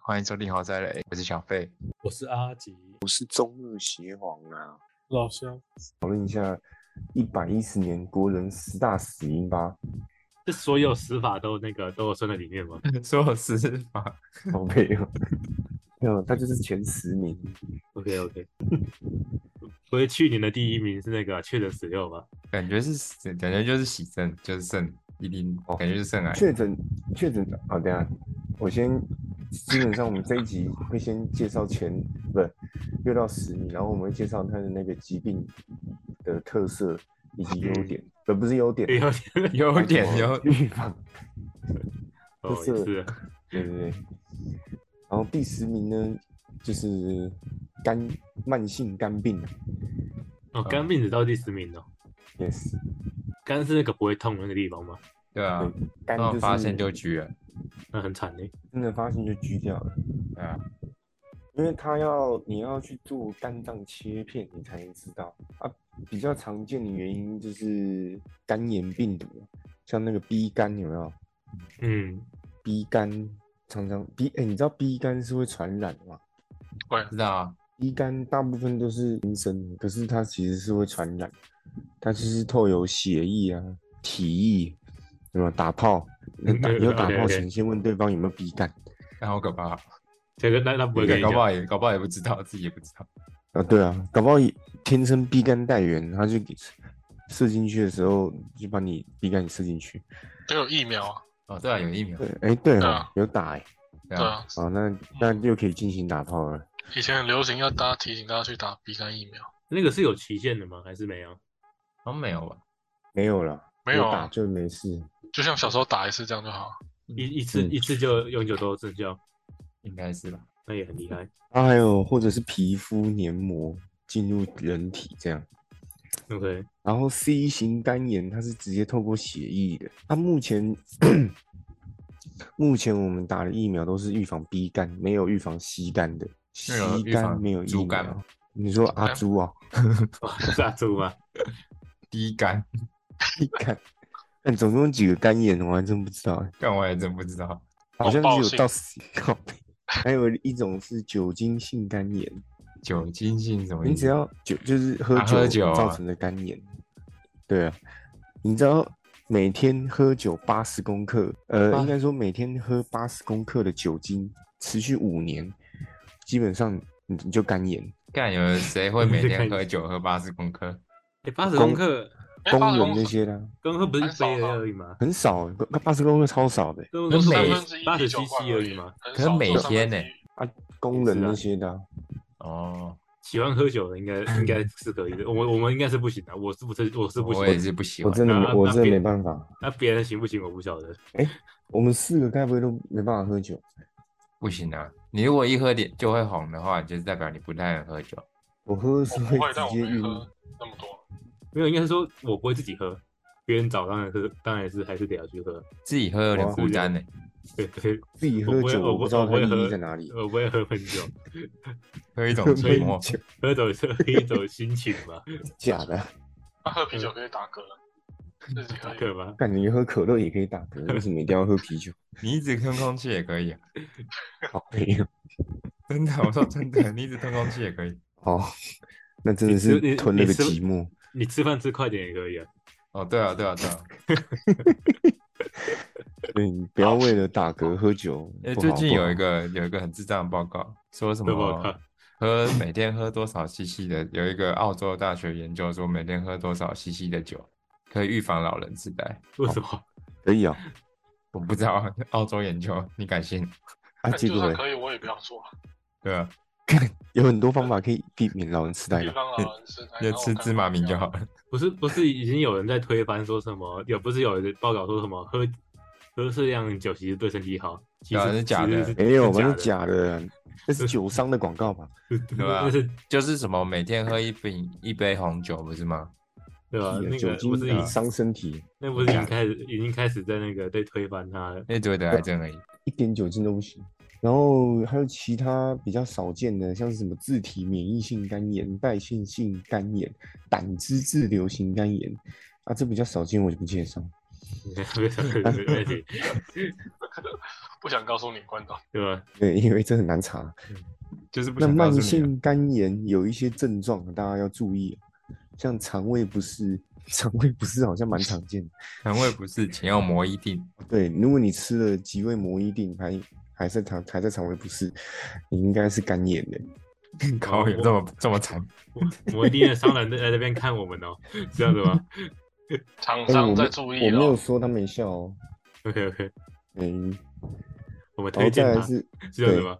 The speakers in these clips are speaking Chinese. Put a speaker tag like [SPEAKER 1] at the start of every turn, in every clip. [SPEAKER 1] 欢迎收听《豪宅雷》，我是小费。
[SPEAKER 2] 我是阿吉，
[SPEAKER 3] 是中日协皇啊。
[SPEAKER 2] 老乡，
[SPEAKER 4] 讨论一下一百一十年国人十大死因 吧。
[SPEAKER 2] 这所有死法都那个都有算在里面吗？
[SPEAKER 1] 所有死法，
[SPEAKER 4] 好配哦， 没有，他就是前十名。
[SPEAKER 2] OK OK，不是去年的呃第一名是那个啊确诊死六吧？
[SPEAKER 1] 感觉是死感觉就是洗肾，就是肾，一定
[SPEAKER 4] 哦
[SPEAKER 1] 感觉是啊肾癌。
[SPEAKER 4] 确诊确诊啊，等一下我先，基本上我们这一集会先介绍前不是六到十名，然后我们会介绍他的那个疾病的特色以及优点，
[SPEAKER 1] 嗯
[SPEAKER 4] 呃、不是优点，
[SPEAKER 2] 有点
[SPEAKER 1] 有点
[SPEAKER 4] 它怎么
[SPEAKER 1] 有
[SPEAKER 4] 预防。
[SPEAKER 2] 哦，也
[SPEAKER 4] 就是
[SPEAKER 2] 是
[SPEAKER 4] 对对对。然后第十名呢，就是肝慢性肝病啊
[SPEAKER 1] 嗯
[SPEAKER 2] 哦，肝病只到第十名哦。
[SPEAKER 4] ，yes，
[SPEAKER 1] 哦
[SPEAKER 2] 肝是那个不会痛的那个地方吗？
[SPEAKER 1] 对啊，
[SPEAKER 4] 肝
[SPEAKER 1] 然后
[SPEAKER 4] 就是
[SPEAKER 1] 发现就举了，
[SPEAKER 2] 那很惨欸嘞。
[SPEAKER 4] 真的发现就狙掉了，
[SPEAKER 1] 对啊，
[SPEAKER 4] 因为他要你要去做肝脏切片，你才能知道啊。比较常见的原因就是肝炎病毒，像那个 B 肝有没有
[SPEAKER 2] 嗯，
[SPEAKER 4] ？B 肝常常 B 哎、你知道 B 肝是会传染的吗
[SPEAKER 3] 会
[SPEAKER 1] 知道啊，
[SPEAKER 4] ？B 肝大部分都是阴生的，可是它其实是会传染，它就是透有血液啊、体液，有没有打 炮？那打有打
[SPEAKER 2] OK，OK
[SPEAKER 4] 炮前先问对方有没有 B 肝
[SPEAKER 1] 那好可怕啊。
[SPEAKER 2] 这个那那不会跟你
[SPEAKER 1] 搞
[SPEAKER 2] 讲
[SPEAKER 1] 不，好也搞不好也不知道，自己也不知道。
[SPEAKER 4] 啊，对啊，搞不好也天生逼肝带源，他就给射进去的时候就把你逼肝给射进去。
[SPEAKER 3] 都有疫苗啊，
[SPEAKER 1] 哦，对啊，有疫苗，
[SPEAKER 4] 对，哎，对
[SPEAKER 3] 对
[SPEAKER 1] 嗯
[SPEAKER 4] 哦
[SPEAKER 3] 啊，
[SPEAKER 4] 有打哎，
[SPEAKER 1] 对
[SPEAKER 3] 对
[SPEAKER 1] 啊，
[SPEAKER 3] 啊，
[SPEAKER 4] 好，那那又可以进行打炮了。
[SPEAKER 3] 以前很流行要大家提醒大家去打乙肝疫苗，
[SPEAKER 2] 那个是有期限的吗？还是没有？
[SPEAKER 1] 好像没有吧？
[SPEAKER 4] 没有了，
[SPEAKER 3] 没有
[SPEAKER 4] 打
[SPEAKER 3] 啊，
[SPEAKER 4] 就没事。
[SPEAKER 3] 就像小时候打一次这样就好了。
[SPEAKER 2] 一一次
[SPEAKER 4] 嗯
[SPEAKER 2] 一次就永久都有治效，
[SPEAKER 1] 应该是吧？
[SPEAKER 2] 那也很厉害。
[SPEAKER 4] 啊，还有或者是皮肤黏膜进入人体这样。
[SPEAKER 2] OK，
[SPEAKER 4] 然后 C 型肝炎它是直接透过血液的。它、目前目前我们打的疫苗都是预防 B 肝，没有预防 C 肝的。
[SPEAKER 1] 没有
[SPEAKER 4] C
[SPEAKER 1] 预
[SPEAKER 4] 肝
[SPEAKER 1] 防
[SPEAKER 4] 没有疫
[SPEAKER 1] 猪肝
[SPEAKER 4] 苗
[SPEAKER 1] 吗。
[SPEAKER 4] 你说阿
[SPEAKER 3] 猪
[SPEAKER 4] 朱啊？
[SPEAKER 2] 哇 是阿猪吗？
[SPEAKER 1] 低肝，
[SPEAKER 4] 你看，但总共有几个肝炎我还真不知道欸，
[SPEAKER 1] 但我也真不知道。
[SPEAKER 4] 好像
[SPEAKER 3] 爆
[SPEAKER 4] 只有
[SPEAKER 3] 性
[SPEAKER 4] 到十个。还有一种是酒精性肝炎，
[SPEAKER 1] 酒精性什么意思？
[SPEAKER 4] 你只要酒就是喝
[SPEAKER 1] 哎啊
[SPEAKER 4] 酒
[SPEAKER 1] 喝酒
[SPEAKER 4] 造
[SPEAKER 1] 啊
[SPEAKER 4] 成的肝炎。对啊，你知道每天喝酒八十公克，呃，
[SPEAKER 1] 啊
[SPEAKER 4] 应该说每天喝八十公克的酒精，持续五年，基本上你你就肝炎。
[SPEAKER 1] 干有人谁会每
[SPEAKER 2] 看
[SPEAKER 1] 天
[SPEAKER 2] 一下
[SPEAKER 1] 喝酒喝八十公克？
[SPEAKER 2] 哎，八十
[SPEAKER 4] 公
[SPEAKER 2] 公克，
[SPEAKER 3] 哎
[SPEAKER 4] 工
[SPEAKER 3] 八十
[SPEAKER 4] 人
[SPEAKER 3] 公
[SPEAKER 4] 那
[SPEAKER 3] 克
[SPEAKER 4] 些的啊
[SPEAKER 2] 刚刚不是一
[SPEAKER 3] 很少
[SPEAKER 2] 杯
[SPEAKER 3] 吧
[SPEAKER 2] 而已吗？
[SPEAKER 4] 很少欸，八十公克超少的欸
[SPEAKER 2] 刚
[SPEAKER 1] 可
[SPEAKER 2] 刚
[SPEAKER 1] 是
[SPEAKER 2] 八
[SPEAKER 1] 每
[SPEAKER 3] 三分之一
[SPEAKER 2] 八十
[SPEAKER 3] 啤酒
[SPEAKER 2] cc
[SPEAKER 3] 罐
[SPEAKER 2] 而
[SPEAKER 3] 而
[SPEAKER 2] 已
[SPEAKER 3] 已
[SPEAKER 2] 吗？
[SPEAKER 3] 很
[SPEAKER 1] 可
[SPEAKER 3] 少
[SPEAKER 1] 每
[SPEAKER 3] 做三
[SPEAKER 1] 天
[SPEAKER 3] 分
[SPEAKER 1] 呢
[SPEAKER 3] 之一
[SPEAKER 4] 啊，工人
[SPEAKER 2] 是啊
[SPEAKER 4] 那些的啊。
[SPEAKER 1] 哦，
[SPEAKER 2] 喜欢喝酒的应该
[SPEAKER 1] 嗯
[SPEAKER 2] 应该是可以的，我们我们应该是不行的，我是不是我是不
[SPEAKER 1] 我
[SPEAKER 2] 行
[SPEAKER 1] 也
[SPEAKER 2] 的，
[SPEAKER 1] 是不喜
[SPEAKER 4] 我
[SPEAKER 1] 欢。
[SPEAKER 4] 真的
[SPEAKER 2] 那
[SPEAKER 4] 没，我
[SPEAKER 2] 那
[SPEAKER 4] 真的
[SPEAKER 2] 别
[SPEAKER 4] 没办法。
[SPEAKER 2] 那别人行不行我不晓得。
[SPEAKER 4] 我们四个该不会都没办法喝酒？
[SPEAKER 1] 不行啊！你如果一喝点就会红的话，就是代表你不太能喝酒。
[SPEAKER 4] 我喝
[SPEAKER 3] 我
[SPEAKER 4] 是
[SPEAKER 3] 不会，
[SPEAKER 4] 欸 直
[SPEAKER 3] 但我
[SPEAKER 4] 接
[SPEAKER 3] 没
[SPEAKER 4] 晕。
[SPEAKER 3] 喝那么多。
[SPEAKER 2] 没有，应该是说我不会自己喝，别人找当然是当然是还是得要去喝。
[SPEAKER 1] 自己喝有点
[SPEAKER 4] 哇
[SPEAKER 1] 孤单呢、
[SPEAKER 2] 对对，
[SPEAKER 4] 自己
[SPEAKER 2] 我
[SPEAKER 4] 喝
[SPEAKER 2] 不会
[SPEAKER 4] 酒，
[SPEAKER 2] 我
[SPEAKER 4] 我
[SPEAKER 2] 不
[SPEAKER 4] 不知道它
[SPEAKER 2] 我不会
[SPEAKER 4] 意
[SPEAKER 2] 喝
[SPEAKER 4] 义在哪里。
[SPEAKER 2] 我不会喝很久，
[SPEAKER 1] 喝一种
[SPEAKER 4] 喝
[SPEAKER 1] 寂寞。
[SPEAKER 4] 酒
[SPEAKER 2] 喝走是喝一种心情 嘛，
[SPEAKER 4] 假的，
[SPEAKER 3] 那喝啤酒可以打嗝，自己喝
[SPEAKER 2] 大
[SPEAKER 3] 一
[SPEAKER 2] 哥吗？
[SPEAKER 4] 感觉喝可乐也可以打嗝，为什么一定要喝啤酒？
[SPEAKER 1] 你一直吞空气也可以、啊，
[SPEAKER 4] 好 没有，
[SPEAKER 1] 真的，我说真的，你一直吞空气也可以。
[SPEAKER 4] 哦，那真的
[SPEAKER 2] 你
[SPEAKER 4] 是
[SPEAKER 2] 你
[SPEAKER 4] 吞了
[SPEAKER 2] 你
[SPEAKER 4] 个
[SPEAKER 2] 吃
[SPEAKER 4] 寂寞。
[SPEAKER 2] 你吃饭吃快点也可以啊。
[SPEAKER 1] 哦，对啊，对啊，对啊。
[SPEAKER 4] 对，你不要为了打嗝喝酒
[SPEAKER 1] 因为。
[SPEAKER 4] 不
[SPEAKER 1] 哎最
[SPEAKER 4] 好
[SPEAKER 1] 近
[SPEAKER 4] 不
[SPEAKER 1] 有
[SPEAKER 4] 好
[SPEAKER 1] 一个有一个很智障的报告，说什
[SPEAKER 2] 什么报
[SPEAKER 1] 么
[SPEAKER 2] 告
[SPEAKER 1] 喝每天喝多少 CC 的，有一个澳洲大学研究说每天喝多少 CC 的酒可以预防老人痴呆。
[SPEAKER 2] 为什么？
[SPEAKER 4] 可以啊，
[SPEAKER 1] 我不知道澳洲研究，你敢信？
[SPEAKER 4] 啊，
[SPEAKER 3] 但
[SPEAKER 4] 结
[SPEAKER 3] 哎就
[SPEAKER 4] 果
[SPEAKER 3] 算
[SPEAKER 4] 嘞
[SPEAKER 3] 可以，我也不要做啊。
[SPEAKER 1] 对啊，
[SPEAKER 4] 有很多方法可以避免老人痴 呆
[SPEAKER 3] 地
[SPEAKER 4] 的。
[SPEAKER 3] 方老人痴呆，
[SPEAKER 1] 就
[SPEAKER 3] 然哎后我
[SPEAKER 1] 吃
[SPEAKER 3] 干
[SPEAKER 1] 芝麻
[SPEAKER 3] 嘛
[SPEAKER 1] 明
[SPEAKER 3] 不
[SPEAKER 1] 就
[SPEAKER 3] 要
[SPEAKER 1] 好了。
[SPEAKER 2] 不是不是已经有人在推翻说什么？有不是有人报告说什么喝喝适量酒其实对身体好？其
[SPEAKER 1] 对
[SPEAKER 2] 实
[SPEAKER 1] 啊是假的
[SPEAKER 2] 其实是
[SPEAKER 4] 没有，
[SPEAKER 2] 是
[SPEAKER 4] 那是假的，那是酒商的广告吧？
[SPEAKER 2] 的，
[SPEAKER 1] 对啊
[SPEAKER 2] 那是
[SPEAKER 1] 就是什么每天喝一瓶一杯红酒，不是吗？
[SPEAKER 2] 对吧？那
[SPEAKER 4] 酒
[SPEAKER 2] 个
[SPEAKER 4] 精啊
[SPEAKER 2] 不是已
[SPEAKER 4] 很伤身体，
[SPEAKER 2] 那不是已经开始已经开始在那个被推翻他了？
[SPEAKER 1] 那只会得癌症而已。
[SPEAKER 4] 一点酒精都不行。然后还有其他比较少见的，像是什么自体免疫性肝炎、代谢性肝炎、胆汁滞留型肝炎啊，这比较少见，我就不介绍。
[SPEAKER 2] 没事没事没事，
[SPEAKER 3] 不想告诉你关岛。
[SPEAKER 2] 对吧？
[SPEAKER 4] 对，因为这很难查。
[SPEAKER 1] 就是不
[SPEAKER 4] 那
[SPEAKER 1] 想告
[SPEAKER 4] 慢
[SPEAKER 1] 诉你啊、
[SPEAKER 4] 性肝炎有一些症状，大家要注意啊，像肠胃不适，肠胃不适好像蛮常见的。
[SPEAKER 1] 肠胃不适，请用磨一定。
[SPEAKER 4] 对，如果你吃了吉胃摩一定还还在肠还在肠胃不适，你应该是肝炎的。
[SPEAKER 1] 靠，有这么这么惨？
[SPEAKER 2] 我我一定的商人在在这边看我们哦，这样子吗
[SPEAKER 3] 厂
[SPEAKER 4] 哎我
[SPEAKER 3] 商
[SPEAKER 4] 没
[SPEAKER 3] 在注意
[SPEAKER 4] 我没有
[SPEAKER 3] 哦，
[SPEAKER 4] 说他没效哦。
[SPEAKER 2] ？OK OK，
[SPEAKER 4] 嗯，
[SPEAKER 2] 我们
[SPEAKER 4] 然
[SPEAKER 2] 推
[SPEAKER 4] 后
[SPEAKER 2] 荐
[SPEAKER 4] 哦再来
[SPEAKER 2] 他，是
[SPEAKER 4] 是，
[SPEAKER 2] 这样子吗？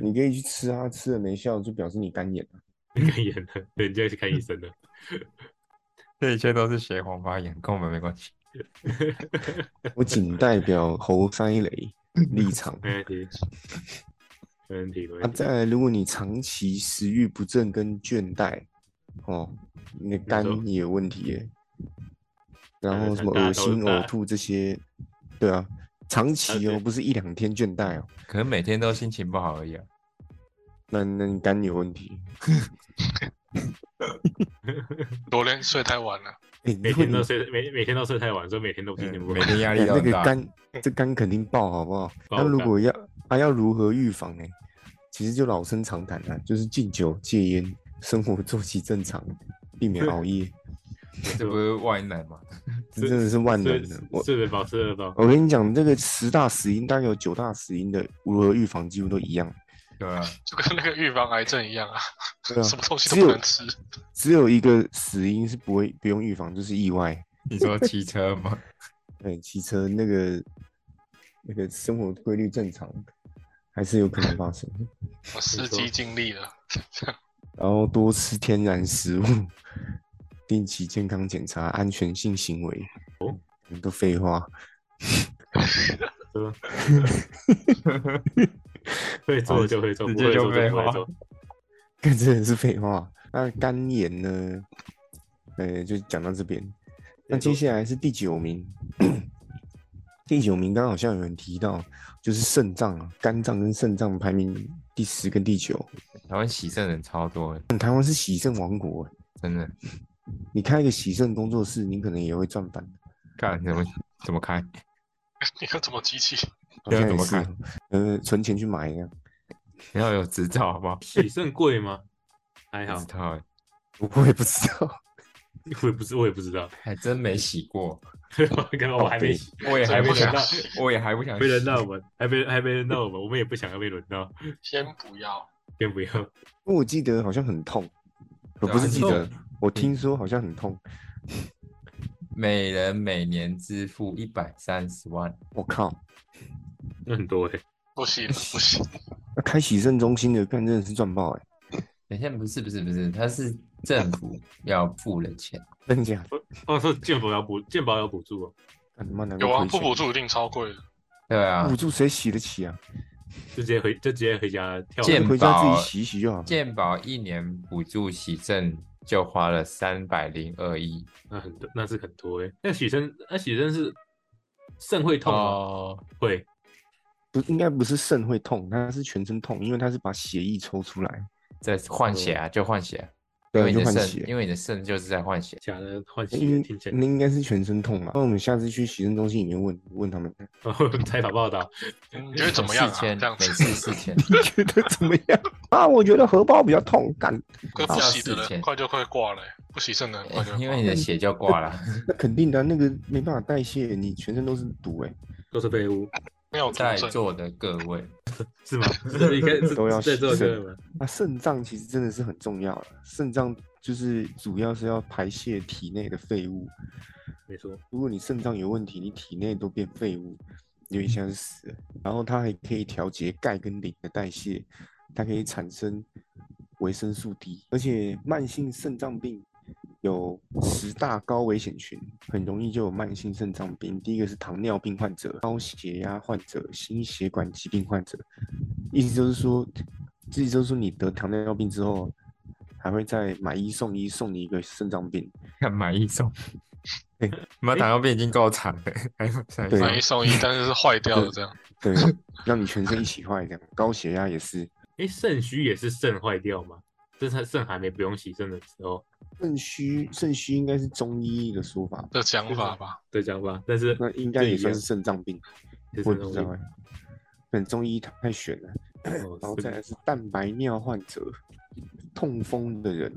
[SPEAKER 4] 你可以去吃它，吃了没效就表示你肝炎了。
[SPEAKER 2] 看演的，对，你就要去看医生了。
[SPEAKER 1] 这一切都是血黄发炎，跟我们没关系。
[SPEAKER 4] 我仅代表侯塞雷立场。
[SPEAKER 2] 没问题，没问题，没
[SPEAKER 4] 啊，
[SPEAKER 2] 问题。
[SPEAKER 4] 再来，如果你长期食欲不振跟倦怠，哦，你的肝
[SPEAKER 2] 错
[SPEAKER 4] 也有问题耶。然
[SPEAKER 2] 呃
[SPEAKER 4] 后什么
[SPEAKER 2] 大家
[SPEAKER 4] 恶
[SPEAKER 2] 都
[SPEAKER 4] 心、
[SPEAKER 2] 在
[SPEAKER 4] 呕吐这些，对啊，长期
[SPEAKER 2] 对
[SPEAKER 4] 哦，不是一两天倦怠哦，
[SPEAKER 1] 可能每天都心情不好而已啊。
[SPEAKER 4] 那那你肝有问题。
[SPEAKER 3] 昨天睡太晚了，
[SPEAKER 4] 哎，
[SPEAKER 2] 每
[SPEAKER 4] 如果
[SPEAKER 2] 天
[SPEAKER 4] 你
[SPEAKER 2] 都睡，每每天都睡太晚，所以每天都心情不
[SPEAKER 1] 嗯每
[SPEAKER 2] 好。
[SPEAKER 1] 天压力
[SPEAKER 4] 哎
[SPEAKER 1] 都
[SPEAKER 4] 那
[SPEAKER 1] 很
[SPEAKER 4] 个
[SPEAKER 1] 大。
[SPEAKER 4] 肝，这肝肯定爆，好不好？
[SPEAKER 2] 爆
[SPEAKER 4] 那如
[SPEAKER 2] 肝
[SPEAKER 4] 果要啊，要如何预防呢？其实就老生常谈啊，就是敬酒、戒烟，生活作息正常，避免熬夜，
[SPEAKER 1] 这不是万能吗？
[SPEAKER 4] 这真的是万能
[SPEAKER 2] 睡
[SPEAKER 4] 的。我哦
[SPEAKER 2] 睡得饱，吃得饱。
[SPEAKER 4] 我跟你讲，这个十大死因，大概有九大死因的如何预防，几乎都一样。
[SPEAKER 1] 对 啊，
[SPEAKER 3] 就跟那个预防癌症一样啊，
[SPEAKER 4] 对 啊
[SPEAKER 3] 什，么东西
[SPEAKER 4] 只
[SPEAKER 3] 都
[SPEAKER 4] 有
[SPEAKER 3] 不能吃。
[SPEAKER 4] 只有一个死因是不会不用预防，就是意外。
[SPEAKER 1] 你说骑车吗？
[SPEAKER 4] 对，骑车那个那个生活规律正常，还是有可能发生的。
[SPEAKER 3] 我司机尽力了，
[SPEAKER 4] 然后多吃天然食物， 定期健康检查，安全性行为。哦，都废话。
[SPEAKER 2] 对吧？会做就会做，
[SPEAKER 1] 直
[SPEAKER 2] 不
[SPEAKER 1] 接
[SPEAKER 2] 会
[SPEAKER 1] 就
[SPEAKER 2] 做
[SPEAKER 1] 废
[SPEAKER 2] 就不会
[SPEAKER 1] 话
[SPEAKER 2] 做。
[SPEAKER 4] 干真的是废话。那肝炎呢？呃，就讲到这边。那接下来是第九名， 第九名刚刚好像有人提到，就是肾脏啊，肝脏跟肾脏排名第十跟第九。
[SPEAKER 1] 台湾洗肾人超多的，
[SPEAKER 4] 台湾是洗肾王国欸，
[SPEAKER 1] 真的。
[SPEAKER 4] 你开一个洗肾工作室，你可能也会赚翻。
[SPEAKER 1] 干怎么怎么开？
[SPEAKER 3] 你看怎么机器？
[SPEAKER 4] 好
[SPEAKER 1] 要啊
[SPEAKER 4] 像
[SPEAKER 1] 怎
[SPEAKER 4] 也
[SPEAKER 1] 么
[SPEAKER 4] 是
[SPEAKER 1] 开
[SPEAKER 4] 哦， 呃，存钱去买一样，
[SPEAKER 1] 你要有执照好不好？
[SPEAKER 2] 洗肾贵吗？还
[SPEAKER 1] 不
[SPEAKER 2] 好
[SPEAKER 1] 知，道欸
[SPEAKER 4] 我也不知道。
[SPEAKER 2] 我也不是，我也不知道，
[SPEAKER 1] 还真没洗过，
[SPEAKER 2] 可能我还没洗，
[SPEAKER 1] 我 也还没
[SPEAKER 3] 真不
[SPEAKER 1] 想
[SPEAKER 3] 想
[SPEAKER 1] 到，
[SPEAKER 3] 洗，
[SPEAKER 1] 我也还不想
[SPEAKER 2] 没轮
[SPEAKER 1] 洗
[SPEAKER 2] 到我们，哦 还没还没轮到我们，我们也不想要被轮到，
[SPEAKER 3] 先不要。
[SPEAKER 2] 先不要。
[SPEAKER 4] 因为我记得好像很痛，我
[SPEAKER 1] 对啊
[SPEAKER 4] 不是记得
[SPEAKER 2] 很，
[SPEAKER 4] 我听说好像很痛。
[SPEAKER 1] 每人每年支付一百三十万，
[SPEAKER 4] 我靠，
[SPEAKER 2] 那 很多哎、
[SPEAKER 3] 不行不 行，
[SPEAKER 4] 那开洗肾中心的干真的是赚爆哎、
[SPEAKER 1] 等一下不是不是不是，他是政府要付的钱，
[SPEAKER 4] 真假的？
[SPEAKER 2] 哦，说健保要补，健保要补助哦，
[SPEAKER 4] 干他妈难怪
[SPEAKER 3] 有啊，
[SPEAKER 4] 亏
[SPEAKER 3] 不
[SPEAKER 4] 钱
[SPEAKER 3] 补助一定超贵的。
[SPEAKER 1] 对啊
[SPEAKER 4] 补，助谁洗得起啊？
[SPEAKER 2] 就直接回，就直接回家跳舞。
[SPEAKER 1] 健
[SPEAKER 4] 回家自己洗一洗就好了。
[SPEAKER 1] 健保一年补助洗肾就花了三百零二亿
[SPEAKER 2] 那很多，那是很多哎、那许生，那许生是肾会痛吗？
[SPEAKER 1] 哦，
[SPEAKER 2] 会
[SPEAKER 4] 不，应该不是肾会痛，它是全身痛，因为它是把血液抽出来，
[SPEAKER 1] 再换血啊，就换血啊，因为
[SPEAKER 4] 嗯对，
[SPEAKER 1] 你
[SPEAKER 4] 就
[SPEAKER 1] 的
[SPEAKER 4] 换
[SPEAKER 1] 肾，
[SPEAKER 4] 血。
[SPEAKER 1] 因为你的肾就是在换血，
[SPEAKER 2] 假的换
[SPEAKER 4] 因
[SPEAKER 2] 血，
[SPEAKER 4] 为
[SPEAKER 2] 听起来。
[SPEAKER 4] 那应该是全身痛嘛。那我们下次去洗肾中心里面问问他们，
[SPEAKER 2] 然后 采访报道，
[SPEAKER 3] 你觉得怎么样
[SPEAKER 1] 嗯四
[SPEAKER 3] 啊？
[SPEAKER 1] 千，
[SPEAKER 3] 这样
[SPEAKER 1] 每
[SPEAKER 3] 子
[SPEAKER 1] 次四 千，
[SPEAKER 4] 你觉得怎么样？ 啊，我觉得荷包比较痛，干，
[SPEAKER 3] 跟不洗的
[SPEAKER 1] 要四千
[SPEAKER 3] 人快就快挂了欸，不洗肾的人快就
[SPEAKER 1] 哎因
[SPEAKER 3] 会
[SPEAKER 1] 为
[SPEAKER 3] 挂
[SPEAKER 1] 你的血就挂 了，
[SPEAKER 4] 那肯定的啊，那个没办法代谢，你全身都是毒哎、
[SPEAKER 2] 都是废物，
[SPEAKER 3] 没有
[SPEAKER 1] 在
[SPEAKER 3] 重症，
[SPEAKER 1] 座的各位。
[SPEAKER 2] 是吗？ 是应该是
[SPEAKER 4] 都要
[SPEAKER 2] 在做
[SPEAKER 4] 洗
[SPEAKER 2] 这个吗？
[SPEAKER 4] 那肾脏其实真的是很重要的，肾脏就是主要是要排泄体内的废物。
[SPEAKER 2] 没错，
[SPEAKER 4] 如果你肾脏有问题，你体内都变废物，你就一下就死了。然后它还可以调节钙跟磷的代谢，它可以产生维生素 D，而且慢性肾脏病有十大高危险群，很容易就有慢性肾脏病。第一个是糖尿病患者、高血压患者、心血管疾病患者，意思就是说，意思就是说你得糖尿病之后。还会再买一送一，送你一个肾脏病。
[SPEAKER 1] 看买一 送
[SPEAKER 4] 对。
[SPEAKER 1] 你们糖尿病已经够惨了，还有三
[SPEAKER 4] 哎对
[SPEAKER 1] 送
[SPEAKER 3] 买一送一，但是是坏掉的这样。
[SPEAKER 4] 对，让你全身一起坏这样。高血压也是，
[SPEAKER 2] 哎，肾虚也是肾坏掉吗？这是肾还没不用洗肾的时候
[SPEAKER 4] 肾虚，肾虚应该是中医的说法吧，
[SPEAKER 3] 的讲法吧，
[SPEAKER 2] 的讲法，但是
[SPEAKER 4] 那应该
[SPEAKER 2] 这
[SPEAKER 4] 也
[SPEAKER 2] 一
[SPEAKER 4] 算
[SPEAKER 2] 样
[SPEAKER 4] 是肾脏病。
[SPEAKER 2] 是
[SPEAKER 4] 我
[SPEAKER 2] 真
[SPEAKER 4] 也
[SPEAKER 2] 的
[SPEAKER 4] 不知道哎、本中医太悬了，
[SPEAKER 2] 哦
[SPEAKER 4] 然后
[SPEAKER 2] 是
[SPEAKER 4] 再来是蛋白尿患者、痛风的人、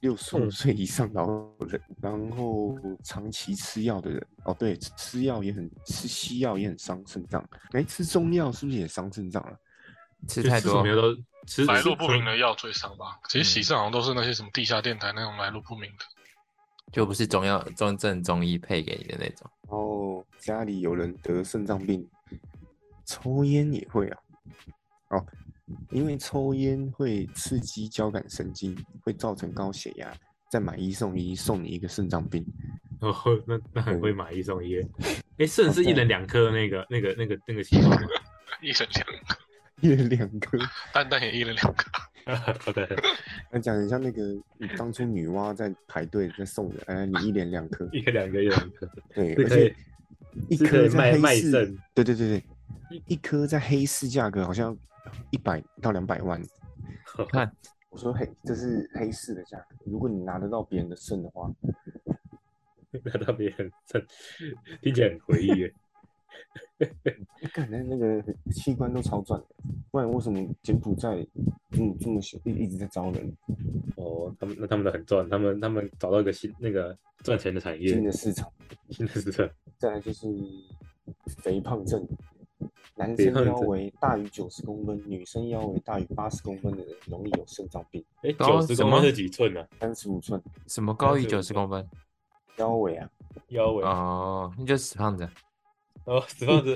[SPEAKER 4] 六十五
[SPEAKER 2] 嗯
[SPEAKER 4] 岁以上老人，然后长期吃药的人，哦对，吃药也很吃西药也很伤肾脏，哎，吃中药是不是也伤肾脏啊？
[SPEAKER 1] 吃
[SPEAKER 2] 就
[SPEAKER 1] 太
[SPEAKER 2] 吃什
[SPEAKER 1] 多
[SPEAKER 2] 么，药都吃
[SPEAKER 3] 来路不明的药最伤吧？其
[SPEAKER 1] 嗯
[SPEAKER 3] 实喜肾好像都是那些什么地下电台那种来路不明的。
[SPEAKER 1] 就不是中药中正中医配给你的那种。
[SPEAKER 4] 然后家里有人得肾脏病，抽烟也会啊。哦，因为抽烟会刺激交感神经，会造成高血压，再买一送一，送你一个肾脏病。
[SPEAKER 2] 哦，那那很会买一送 一耶。哎，肾是一人两颗那个那个那个那个细胞吗？
[SPEAKER 3] 一人两个，
[SPEAKER 4] 一人两颗，
[SPEAKER 3] 蛋蛋也一人两个，
[SPEAKER 2] 好的，
[SPEAKER 4] 那讲得像那个当初女娲在排队在送的，哎，你一连两颗，
[SPEAKER 2] 一颗两个，一人两颗，
[SPEAKER 4] 对，
[SPEAKER 2] 是
[SPEAKER 4] 而
[SPEAKER 2] 可以
[SPEAKER 4] 且一
[SPEAKER 2] 是可
[SPEAKER 4] 颗
[SPEAKER 2] 以卖
[SPEAKER 4] 在
[SPEAKER 2] 卖
[SPEAKER 4] 黑市
[SPEAKER 2] 肾，
[SPEAKER 4] 对对对对，一颗在黑市价格好像一百到两百万。
[SPEAKER 1] 看
[SPEAKER 4] 我说黑，这是黑市的价格，如果你拿得到别人的肾的话，
[SPEAKER 2] 拿到别人肾，听起来很回忆耶。
[SPEAKER 4] 感觉哎那个器官都超赚的，不然为什么柬埔寨嗯这么小一一直在招人
[SPEAKER 2] 哦，他们那他们的很赚，他们他们找到一个新那个赚钱的产业
[SPEAKER 4] 新，的市场？
[SPEAKER 2] 新的市场。
[SPEAKER 4] 再来就是肥胖症，男
[SPEAKER 2] 肥
[SPEAKER 4] 生
[SPEAKER 2] 胖症
[SPEAKER 4] 腰围大于九十公分，女生腰围大于八十公分的人容易有肾脏病。
[SPEAKER 2] 哎，
[SPEAKER 1] 高
[SPEAKER 2] 九十
[SPEAKER 1] 什
[SPEAKER 2] 公分
[SPEAKER 1] 么
[SPEAKER 2] 是几寸啊？
[SPEAKER 4] 三十五寸
[SPEAKER 1] 什么高于
[SPEAKER 2] 那这
[SPEAKER 1] 九
[SPEAKER 2] 个
[SPEAKER 1] 十公分
[SPEAKER 4] 腰围啊，
[SPEAKER 2] 腰围
[SPEAKER 1] 哦，那就是死 胖子。
[SPEAKER 2] 哦，死胖 子，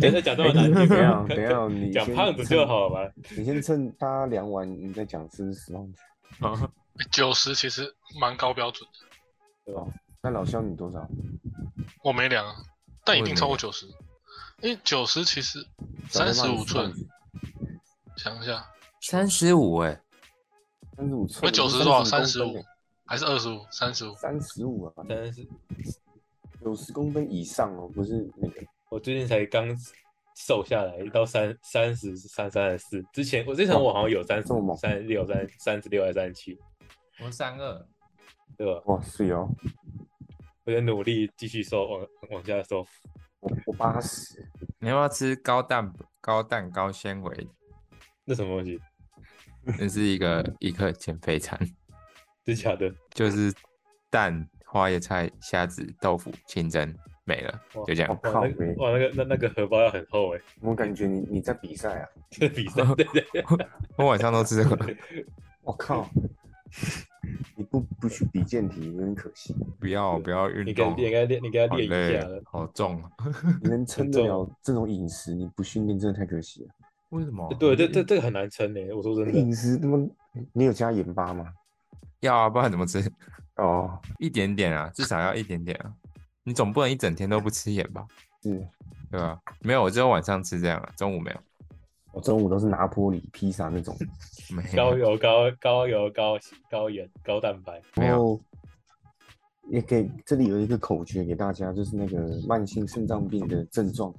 [SPEAKER 2] 等一下讲这么难听，啊
[SPEAKER 4] 等一下等一下哎 你
[SPEAKER 2] 讲
[SPEAKER 4] 先
[SPEAKER 2] 胖子就好了吧？
[SPEAKER 4] 你先趁大家量完，你再讲是不是死胖子？
[SPEAKER 1] 哦，
[SPEAKER 3] 九十其实蛮高标准的，
[SPEAKER 2] 对吧？
[SPEAKER 4] 那老肖你多少？
[SPEAKER 3] 我没量，啊，但一定超过
[SPEAKER 1] 我
[SPEAKER 3] 九十，因为九十其实
[SPEAKER 4] 小
[SPEAKER 3] 三
[SPEAKER 4] 黑爸
[SPEAKER 3] 十
[SPEAKER 4] 你
[SPEAKER 3] 五
[SPEAKER 4] 是胖
[SPEAKER 3] 寸
[SPEAKER 4] 子，，
[SPEAKER 3] 想一下
[SPEAKER 1] 三十五哎，
[SPEAKER 4] 三十五
[SPEAKER 3] 那
[SPEAKER 4] 寸，
[SPEAKER 3] 90多少35
[SPEAKER 4] 五，
[SPEAKER 3] 还是二十五、三十五，
[SPEAKER 1] 嗯
[SPEAKER 4] 三十五啊，
[SPEAKER 2] 但是
[SPEAKER 4] 九十公分以上哦，不是那个。
[SPEAKER 2] 我最近才刚瘦下来到三三十三三十四，之前我之前我好像有三
[SPEAKER 4] 这么猛
[SPEAKER 2] 十三六三三十六还是三十七，
[SPEAKER 1] 我三二，
[SPEAKER 2] 对吧？
[SPEAKER 4] 哇，是哦，
[SPEAKER 2] 我在努力继续瘦，往往下瘦。
[SPEAKER 4] 我我八十，
[SPEAKER 1] 你要不要吃高蛋高蛋高纤维？
[SPEAKER 2] 那什么东西？
[SPEAKER 1] 那是一个 一个减肥餐，
[SPEAKER 2] 真假的？
[SPEAKER 1] 就是蛋、花椰菜、虾子、豆腐、清蒸，没了，
[SPEAKER 2] 哇
[SPEAKER 1] 就这
[SPEAKER 4] 我
[SPEAKER 1] 样。
[SPEAKER 2] 哇，
[SPEAKER 4] 靠
[SPEAKER 2] 那个
[SPEAKER 4] 没，
[SPEAKER 2] 哇那个那那个荷包要很厚哎，
[SPEAKER 4] 我感觉你你在比赛啊！
[SPEAKER 2] 这比赛对对对，
[SPEAKER 1] 我晚上都吃这个，
[SPEAKER 4] 我靠， 你不不去比健体有点可惜，
[SPEAKER 1] 不要不要
[SPEAKER 2] 你
[SPEAKER 1] 运
[SPEAKER 2] 给
[SPEAKER 1] 动，
[SPEAKER 2] 你给练你给他
[SPEAKER 1] 好
[SPEAKER 2] 练一
[SPEAKER 1] 累
[SPEAKER 2] 下
[SPEAKER 1] 哦，，好重啊！
[SPEAKER 4] 你能撑得了这种饮食，你不训练真的太可惜了。
[SPEAKER 1] 为什么？
[SPEAKER 2] 对，这
[SPEAKER 1] 嗯
[SPEAKER 2] 这这个很难撑哎，我说真的，
[SPEAKER 4] 饮食他妈，你有加盐巴吗？
[SPEAKER 1] 要啊，不然怎么吃？
[SPEAKER 4] 哦，
[SPEAKER 1] 一点点啊，至少要一点点啊。你总不能一整天都不吃盐吧？
[SPEAKER 4] 是
[SPEAKER 1] 对吧、没有，我只有晚上吃这样啊，中午没有，
[SPEAKER 4] 我中午都是拿坡里披萨那种，
[SPEAKER 1] 没啊
[SPEAKER 2] 高
[SPEAKER 1] 有。
[SPEAKER 2] 油高高油高高盐高蛋白，
[SPEAKER 1] 没有
[SPEAKER 4] 然后也给这里有一个口诀给大家，就是那个呃慢性肾脏病的症状，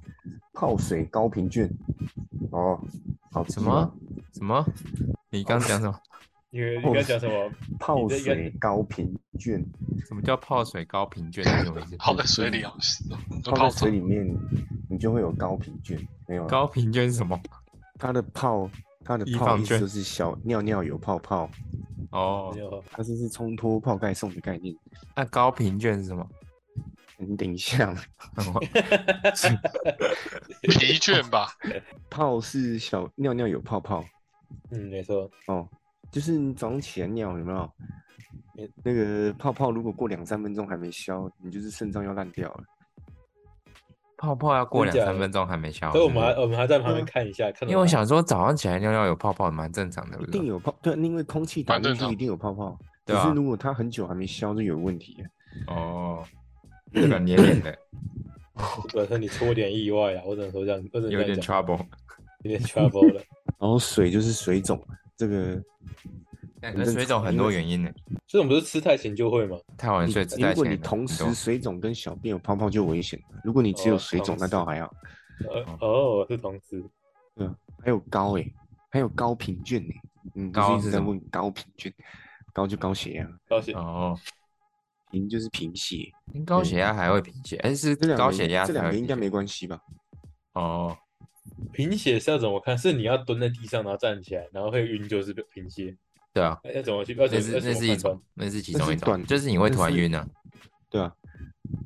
[SPEAKER 4] 泡水高频卷。哦，好记
[SPEAKER 1] 什
[SPEAKER 4] 吗
[SPEAKER 1] 么？什么？你刚讲什么？
[SPEAKER 2] 因为你刚讲什么？
[SPEAKER 4] 泡
[SPEAKER 2] 你这个
[SPEAKER 4] 水高频卷，
[SPEAKER 1] 什么叫泡水高频卷？是什么意 思？
[SPEAKER 3] 泡在水里啊，你说
[SPEAKER 4] 泡在
[SPEAKER 3] 泡澡
[SPEAKER 4] 水里面，你就会有高频卷，没有啦
[SPEAKER 1] 高频卷是什么？
[SPEAKER 4] 它的泡，它的
[SPEAKER 1] 易
[SPEAKER 4] 泡
[SPEAKER 1] 放
[SPEAKER 4] 意思
[SPEAKER 1] 卷
[SPEAKER 4] 就是小尿尿有泡泡，
[SPEAKER 1] 哦，
[SPEAKER 4] 它就是冲脱泡盖送的概念。
[SPEAKER 1] 那高频卷是什么？
[SPEAKER 4] 你等一下，
[SPEAKER 3] 疲倦吧？
[SPEAKER 4] 泡是小尿尿有泡泡
[SPEAKER 2] 嗯，没错，
[SPEAKER 4] 哦，就是你早上起来尿有没有
[SPEAKER 2] 嗯？
[SPEAKER 4] 那个泡泡如果过两三分钟还没消，你就是肾脏要烂掉了。
[SPEAKER 1] 泡泡要过
[SPEAKER 2] 真
[SPEAKER 1] 两
[SPEAKER 2] 假
[SPEAKER 1] 三
[SPEAKER 2] 的
[SPEAKER 1] 分钟还没消，
[SPEAKER 2] 所以我
[SPEAKER 1] 是不
[SPEAKER 2] 们
[SPEAKER 1] 是
[SPEAKER 2] 还我们还在旁边
[SPEAKER 4] 对啊
[SPEAKER 2] 看一下，看
[SPEAKER 1] 因为我
[SPEAKER 2] 到
[SPEAKER 1] 想说早上起来尿尿有泡泡蛮正常的，
[SPEAKER 4] 一定
[SPEAKER 1] 有。
[SPEAKER 4] 有泡，对，因为空气打
[SPEAKER 3] 蛮
[SPEAKER 4] 进
[SPEAKER 3] 正
[SPEAKER 4] 去
[SPEAKER 3] 常
[SPEAKER 4] 一定有泡泡。
[SPEAKER 1] 对
[SPEAKER 4] 只
[SPEAKER 1] 啊
[SPEAKER 4] 是如果它很久还没消，就有问题了。
[SPEAKER 1] 哦，日本黏黏 的，
[SPEAKER 2] 本身你出点意外啊，我只能说这样，我只能
[SPEAKER 1] 有
[SPEAKER 2] 这
[SPEAKER 1] 点
[SPEAKER 2] 样讲，
[SPEAKER 1] trouble。
[SPEAKER 2] 有点 trouble 了。
[SPEAKER 4] 然后水就是水肿，这个
[SPEAKER 1] 感
[SPEAKER 4] 很
[SPEAKER 1] 觉
[SPEAKER 4] 正
[SPEAKER 1] 水肿
[SPEAKER 4] 常
[SPEAKER 1] 很
[SPEAKER 4] 因
[SPEAKER 1] 多
[SPEAKER 4] 为
[SPEAKER 1] 原因呢，
[SPEAKER 2] 所以我们不是吃太勤就会吗？
[SPEAKER 1] 太晚
[SPEAKER 4] 你
[SPEAKER 1] 睡、吃
[SPEAKER 4] 如
[SPEAKER 1] 太
[SPEAKER 4] 果你
[SPEAKER 1] 咸。
[SPEAKER 4] 同
[SPEAKER 1] 很多
[SPEAKER 4] 时水肿跟小便有泡泡就危险了。如果你只有
[SPEAKER 2] 哦
[SPEAKER 4] 水肿，
[SPEAKER 2] 同
[SPEAKER 4] 那倒
[SPEAKER 2] 时
[SPEAKER 4] 还好。
[SPEAKER 2] 呃
[SPEAKER 1] 哦，
[SPEAKER 2] 哦，是同时，
[SPEAKER 4] 还有高哎、还有高频卷哎、嗯，不
[SPEAKER 1] 高
[SPEAKER 4] 是一
[SPEAKER 1] 是
[SPEAKER 4] 直在
[SPEAKER 1] 什么
[SPEAKER 4] 问高频卷，高就高血压，
[SPEAKER 2] 高血
[SPEAKER 1] 哦，
[SPEAKER 4] 贫就是贫血。
[SPEAKER 1] 高血压还会贫血，哎，是
[SPEAKER 4] 这两
[SPEAKER 1] 高
[SPEAKER 4] 个
[SPEAKER 1] 血压
[SPEAKER 4] 嗯这
[SPEAKER 1] 才
[SPEAKER 4] 两
[SPEAKER 1] 会
[SPEAKER 4] 个应
[SPEAKER 1] 贫
[SPEAKER 4] 该
[SPEAKER 1] 血。
[SPEAKER 4] 没关系吧？
[SPEAKER 1] 哦，
[SPEAKER 2] 贫血是要怎么看？是你要蹲在地上，然后站起来，然后会晕，就是贫血。哎
[SPEAKER 1] 对啊，
[SPEAKER 2] 要怎么去？要怎
[SPEAKER 1] 那
[SPEAKER 2] 么
[SPEAKER 1] 是那是一种，那是其
[SPEAKER 4] 那
[SPEAKER 1] 中
[SPEAKER 4] 是
[SPEAKER 1] 一种，
[SPEAKER 4] 短
[SPEAKER 1] 就是你会
[SPEAKER 4] 那
[SPEAKER 1] 突然
[SPEAKER 4] 是
[SPEAKER 1] 晕啊，
[SPEAKER 4] 对啊，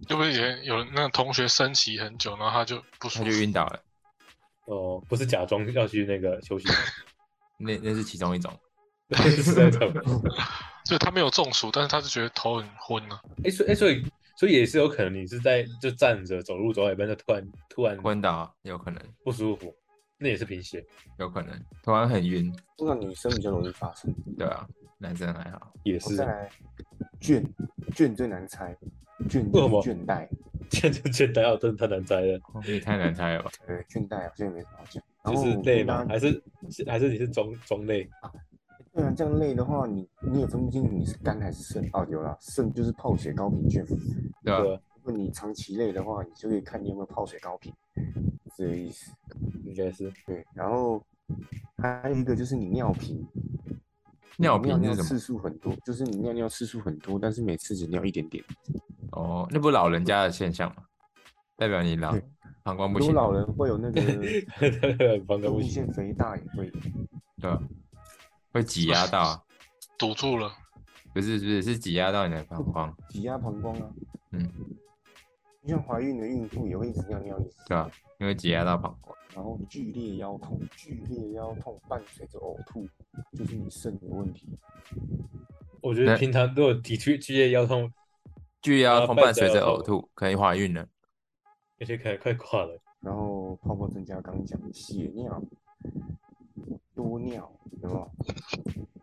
[SPEAKER 3] 就不是以前有那个同学升旗很久，然后他就不舒
[SPEAKER 1] 他
[SPEAKER 3] 服
[SPEAKER 1] 就，晕倒了，
[SPEAKER 2] 哦，不是假装要去那个休息，
[SPEAKER 1] 那那是其中一种。
[SPEAKER 2] 是那种。
[SPEAKER 3] 就他没有中暑，但是他就觉得头很昏啊。
[SPEAKER 2] 哎、所以、哎，所以所以也是有可能你是在就站着走路走到一半，就突然突然
[SPEAKER 1] 昏倒有可能，
[SPEAKER 2] 不舒服，那也是贫血，
[SPEAKER 1] 有可能突然很晕，
[SPEAKER 4] 通常女生比较容易发生。
[SPEAKER 1] 对啊，男生还好，
[SPEAKER 2] 也
[SPEAKER 4] 我
[SPEAKER 2] 是
[SPEAKER 4] 再来，倦，倦最难猜，倦
[SPEAKER 2] 为什么
[SPEAKER 4] 就是倦怠，
[SPEAKER 2] 这就觉得哦，真的太难猜了，
[SPEAKER 1] 也太难猜了吧？
[SPEAKER 4] 呃，倦怠好像也没什么好讲。然
[SPEAKER 2] 就
[SPEAKER 4] 后
[SPEAKER 2] 是
[SPEAKER 4] 我
[SPEAKER 2] 累
[SPEAKER 4] 跟大
[SPEAKER 2] 吗？
[SPEAKER 4] 家
[SPEAKER 2] 还是是还是你是中中累？
[SPEAKER 4] 对啊，这样累的话，你你也分不清楚你是肝还是肾。哦，有啦，肾就是泡血高频倦。
[SPEAKER 1] 对吧、
[SPEAKER 2] 对啊，
[SPEAKER 4] 如果你长期累的话，你就可以看你有没有泡水高频，这个意思。
[SPEAKER 2] 应该是
[SPEAKER 4] 对，然后还有一个就是你尿频，
[SPEAKER 1] 尿
[SPEAKER 4] 你尿
[SPEAKER 1] 频
[SPEAKER 4] 尿
[SPEAKER 1] 是什
[SPEAKER 4] 次
[SPEAKER 1] 么？
[SPEAKER 4] 数很多，就是你尿尿次数很多，但是每次只尿一点点。
[SPEAKER 1] 哦，那不老人家的现象吗？代表你老
[SPEAKER 4] 对
[SPEAKER 1] 膀胱不
[SPEAKER 4] 很多
[SPEAKER 1] 行，
[SPEAKER 4] 老人会 有那个
[SPEAKER 2] 方哥不
[SPEAKER 4] 腹部
[SPEAKER 2] 行，
[SPEAKER 4] 腺肥大，也会
[SPEAKER 1] 对吧、会挤压到 啊，
[SPEAKER 3] 堵住 了，
[SPEAKER 1] 不是不是是挤压到你的膀胱，
[SPEAKER 4] 挤压膀胱啊。
[SPEAKER 1] 嗯，
[SPEAKER 4] 就像怀孕的孕妇也会一直尿尿，一直
[SPEAKER 1] 对吧、啊因为挤压
[SPEAKER 4] 嗯
[SPEAKER 1] 到膀胱，
[SPEAKER 4] 然后剧烈腰痛，剧烈腰痛伴随着呕吐，就是你肾有问题。
[SPEAKER 2] 我觉
[SPEAKER 1] 那
[SPEAKER 2] 得平常如果体区剧烈腰痛，
[SPEAKER 1] 巨腰
[SPEAKER 2] 啊
[SPEAKER 1] 痛
[SPEAKER 2] 伴
[SPEAKER 1] 伴随
[SPEAKER 2] 着
[SPEAKER 1] 着
[SPEAKER 2] 呕
[SPEAKER 1] 呕吐，可能怀孕了。
[SPEAKER 2] 而且可能快垮了。
[SPEAKER 4] 然后泡泡增加，刚刚讲的血尿、多尿，有没有？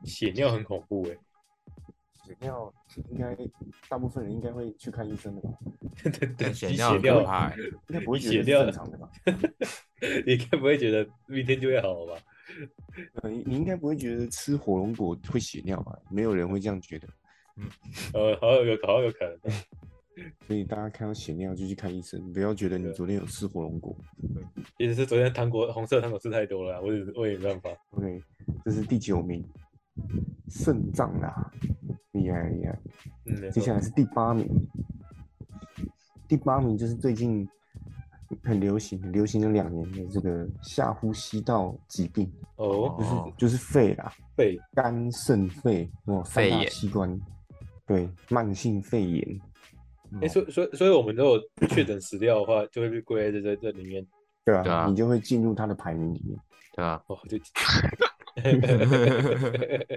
[SPEAKER 2] 血尿很恐怖哎、
[SPEAKER 4] 血尿应该大部分人应该会去看医生的吧？
[SPEAKER 2] 对对对，
[SPEAKER 1] 但血
[SPEAKER 2] 你
[SPEAKER 1] 尿
[SPEAKER 2] 血
[SPEAKER 1] 很可怕、欸，
[SPEAKER 4] 应该不会
[SPEAKER 2] 你
[SPEAKER 4] 觉
[SPEAKER 2] 血
[SPEAKER 4] 得是
[SPEAKER 2] 尿
[SPEAKER 4] 正常的吧？
[SPEAKER 2] 你该不会觉得明天就会好了吧？
[SPEAKER 4] 呃，你你应该不会觉得吃火龙果会血尿吧？没有人会这样觉得，
[SPEAKER 2] 呃，好像有好像有可能啊，
[SPEAKER 4] 所以大家看到血尿就去看医生，不要觉得你
[SPEAKER 2] 对
[SPEAKER 4] 昨天有吃火龙果。
[SPEAKER 2] 也只是昨天糖果红色糖果吃太多了啊，我也我也没办法。
[SPEAKER 4] OK，这是第九名，肾脏啦，厉害厉害。
[SPEAKER 2] 嗯，没
[SPEAKER 4] 接下
[SPEAKER 2] 错
[SPEAKER 4] 来是第八名，第八名就是最近很流行、很流行了两年的这个下呼吸道疾病，
[SPEAKER 2] 哦，
[SPEAKER 4] 就是、
[SPEAKER 1] 哦
[SPEAKER 4] 就是肺啦，
[SPEAKER 2] 肺
[SPEAKER 4] 肝、肾、肺哦，三
[SPEAKER 1] 肺
[SPEAKER 4] 大
[SPEAKER 1] 炎
[SPEAKER 4] 器官，对，慢性肺炎，
[SPEAKER 1] 嗯
[SPEAKER 4] 哦
[SPEAKER 2] 哎、所以所以所以我们如果确诊死掉的话，就会被归类在这这里面。
[SPEAKER 4] 对啊，
[SPEAKER 1] 对啊
[SPEAKER 4] 你就会进入它的排名里面。
[SPEAKER 1] 对啊吧、
[SPEAKER 2] 哦，就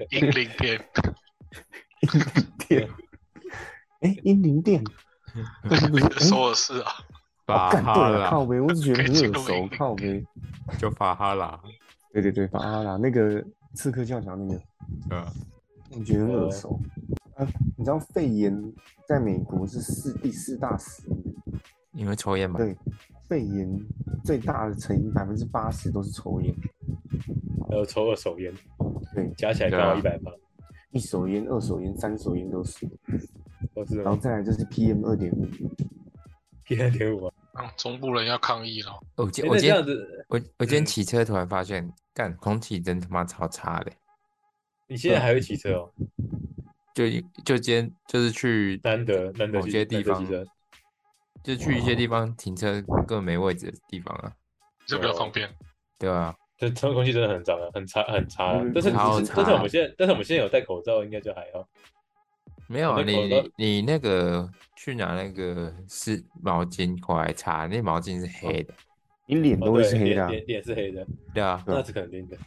[SPEAKER 3] 英灵 片，
[SPEAKER 4] 电，哎，英灵殿，哦
[SPEAKER 3] 说的是啊，
[SPEAKER 1] 发
[SPEAKER 4] 干对
[SPEAKER 1] 哈
[SPEAKER 4] 了，靠
[SPEAKER 1] 啦，
[SPEAKER 4] 呗，我只觉得 很
[SPEAKER 3] 进
[SPEAKER 4] 耳
[SPEAKER 3] 入英
[SPEAKER 4] 熟，
[SPEAKER 3] 灵
[SPEAKER 4] 靠呗，
[SPEAKER 1] 就发哈啦，
[SPEAKER 4] 对对对，巴拉拉那个刺客教条那个。
[SPEAKER 1] 对啊 吧、
[SPEAKER 4] 我觉得很耳
[SPEAKER 2] 呃
[SPEAKER 4] 熟。啊，你知道肺炎在美国是四第四大死因，
[SPEAKER 1] 因为抽烟嘛，
[SPEAKER 4] 对，肺炎最大的成因百分之八十都是抽烟，
[SPEAKER 2] 还有抽二手烟，
[SPEAKER 4] 对，
[SPEAKER 2] 加起来刚
[SPEAKER 1] 啊
[SPEAKER 2] 好一百八，
[SPEAKER 4] 一手烟、二手烟、三手烟都是，
[SPEAKER 2] 都是
[SPEAKER 4] 然后再来就是 PM 二点五，
[SPEAKER 2] 一二点五啊。
[SPEAKER 3] 让中部人要抗议了。
[SPEAKER 1] 哦我今我
[SPEAKER 2] 诶哎
[SPEAKER 1] 今
[SPEAKER 2] 那这
[SPEAKER 1] 天
[SPEAKER 2] 样子，
[SPEAKER 1] 我我今天
[SPEAKER 2] 嗯
[SPEAKER 1] 骑车突然发现，干空气真他妈超差的。
[SPEAKER 2] 你现在还会骑车哦？
[SPEAKER 1] 就就今天就是去
[SPEAKER 2] 难得难得
[SPEAKER 1] 某
[SPEAKER 2] 骑
[SPEAKER 1] 些地
[SPEAKER 2] 难
[SPEAKER 1] 方，
[SPEAKER 2] 得骑车，
[SPEAKER 1] 就去一些地方停车根本没位置的地方啊，
[SPEAKER 3] 就比较方便，
[SPEAKER 1] 对啊，
[SPEAKER 2] 这这空气真的很脏啊，很差很差啊
[SPEAKER 4] 嗯。
[SPEAKER 2] 但是你
[SPEAKER 1] 超
[SPEAKER 2] 只是
[SPEAKER 1] 差
[SPEAKER 2] 但是我们现在但是我们现在有戴口罩，应该就还好。
[SPEAKER 1] 没有啊，
[SPEAKER 2] 那
[SPEAKER 1] 你
[SPEAKER 2] 口罩
[SPEAKER 1] 你你那个去拿那个湿毛巾过来擦，那毛巾是黑的，
[SPEAKER 4] 你脸
[SPEAKER 2] 哦，
[SPEAKER 4] 都会
[SPEAKER 2] 对，
[SPEAKER 4] 是黑
[SPEAKER 2] 脸
[SPEAKER 4] 的啊、
[SPEAKER 2] 脸脸是黑的，
[SPEAKER 1] 对啊，
[SPEAKER 4] 对
[SPEAKER 2] 那是肯定的，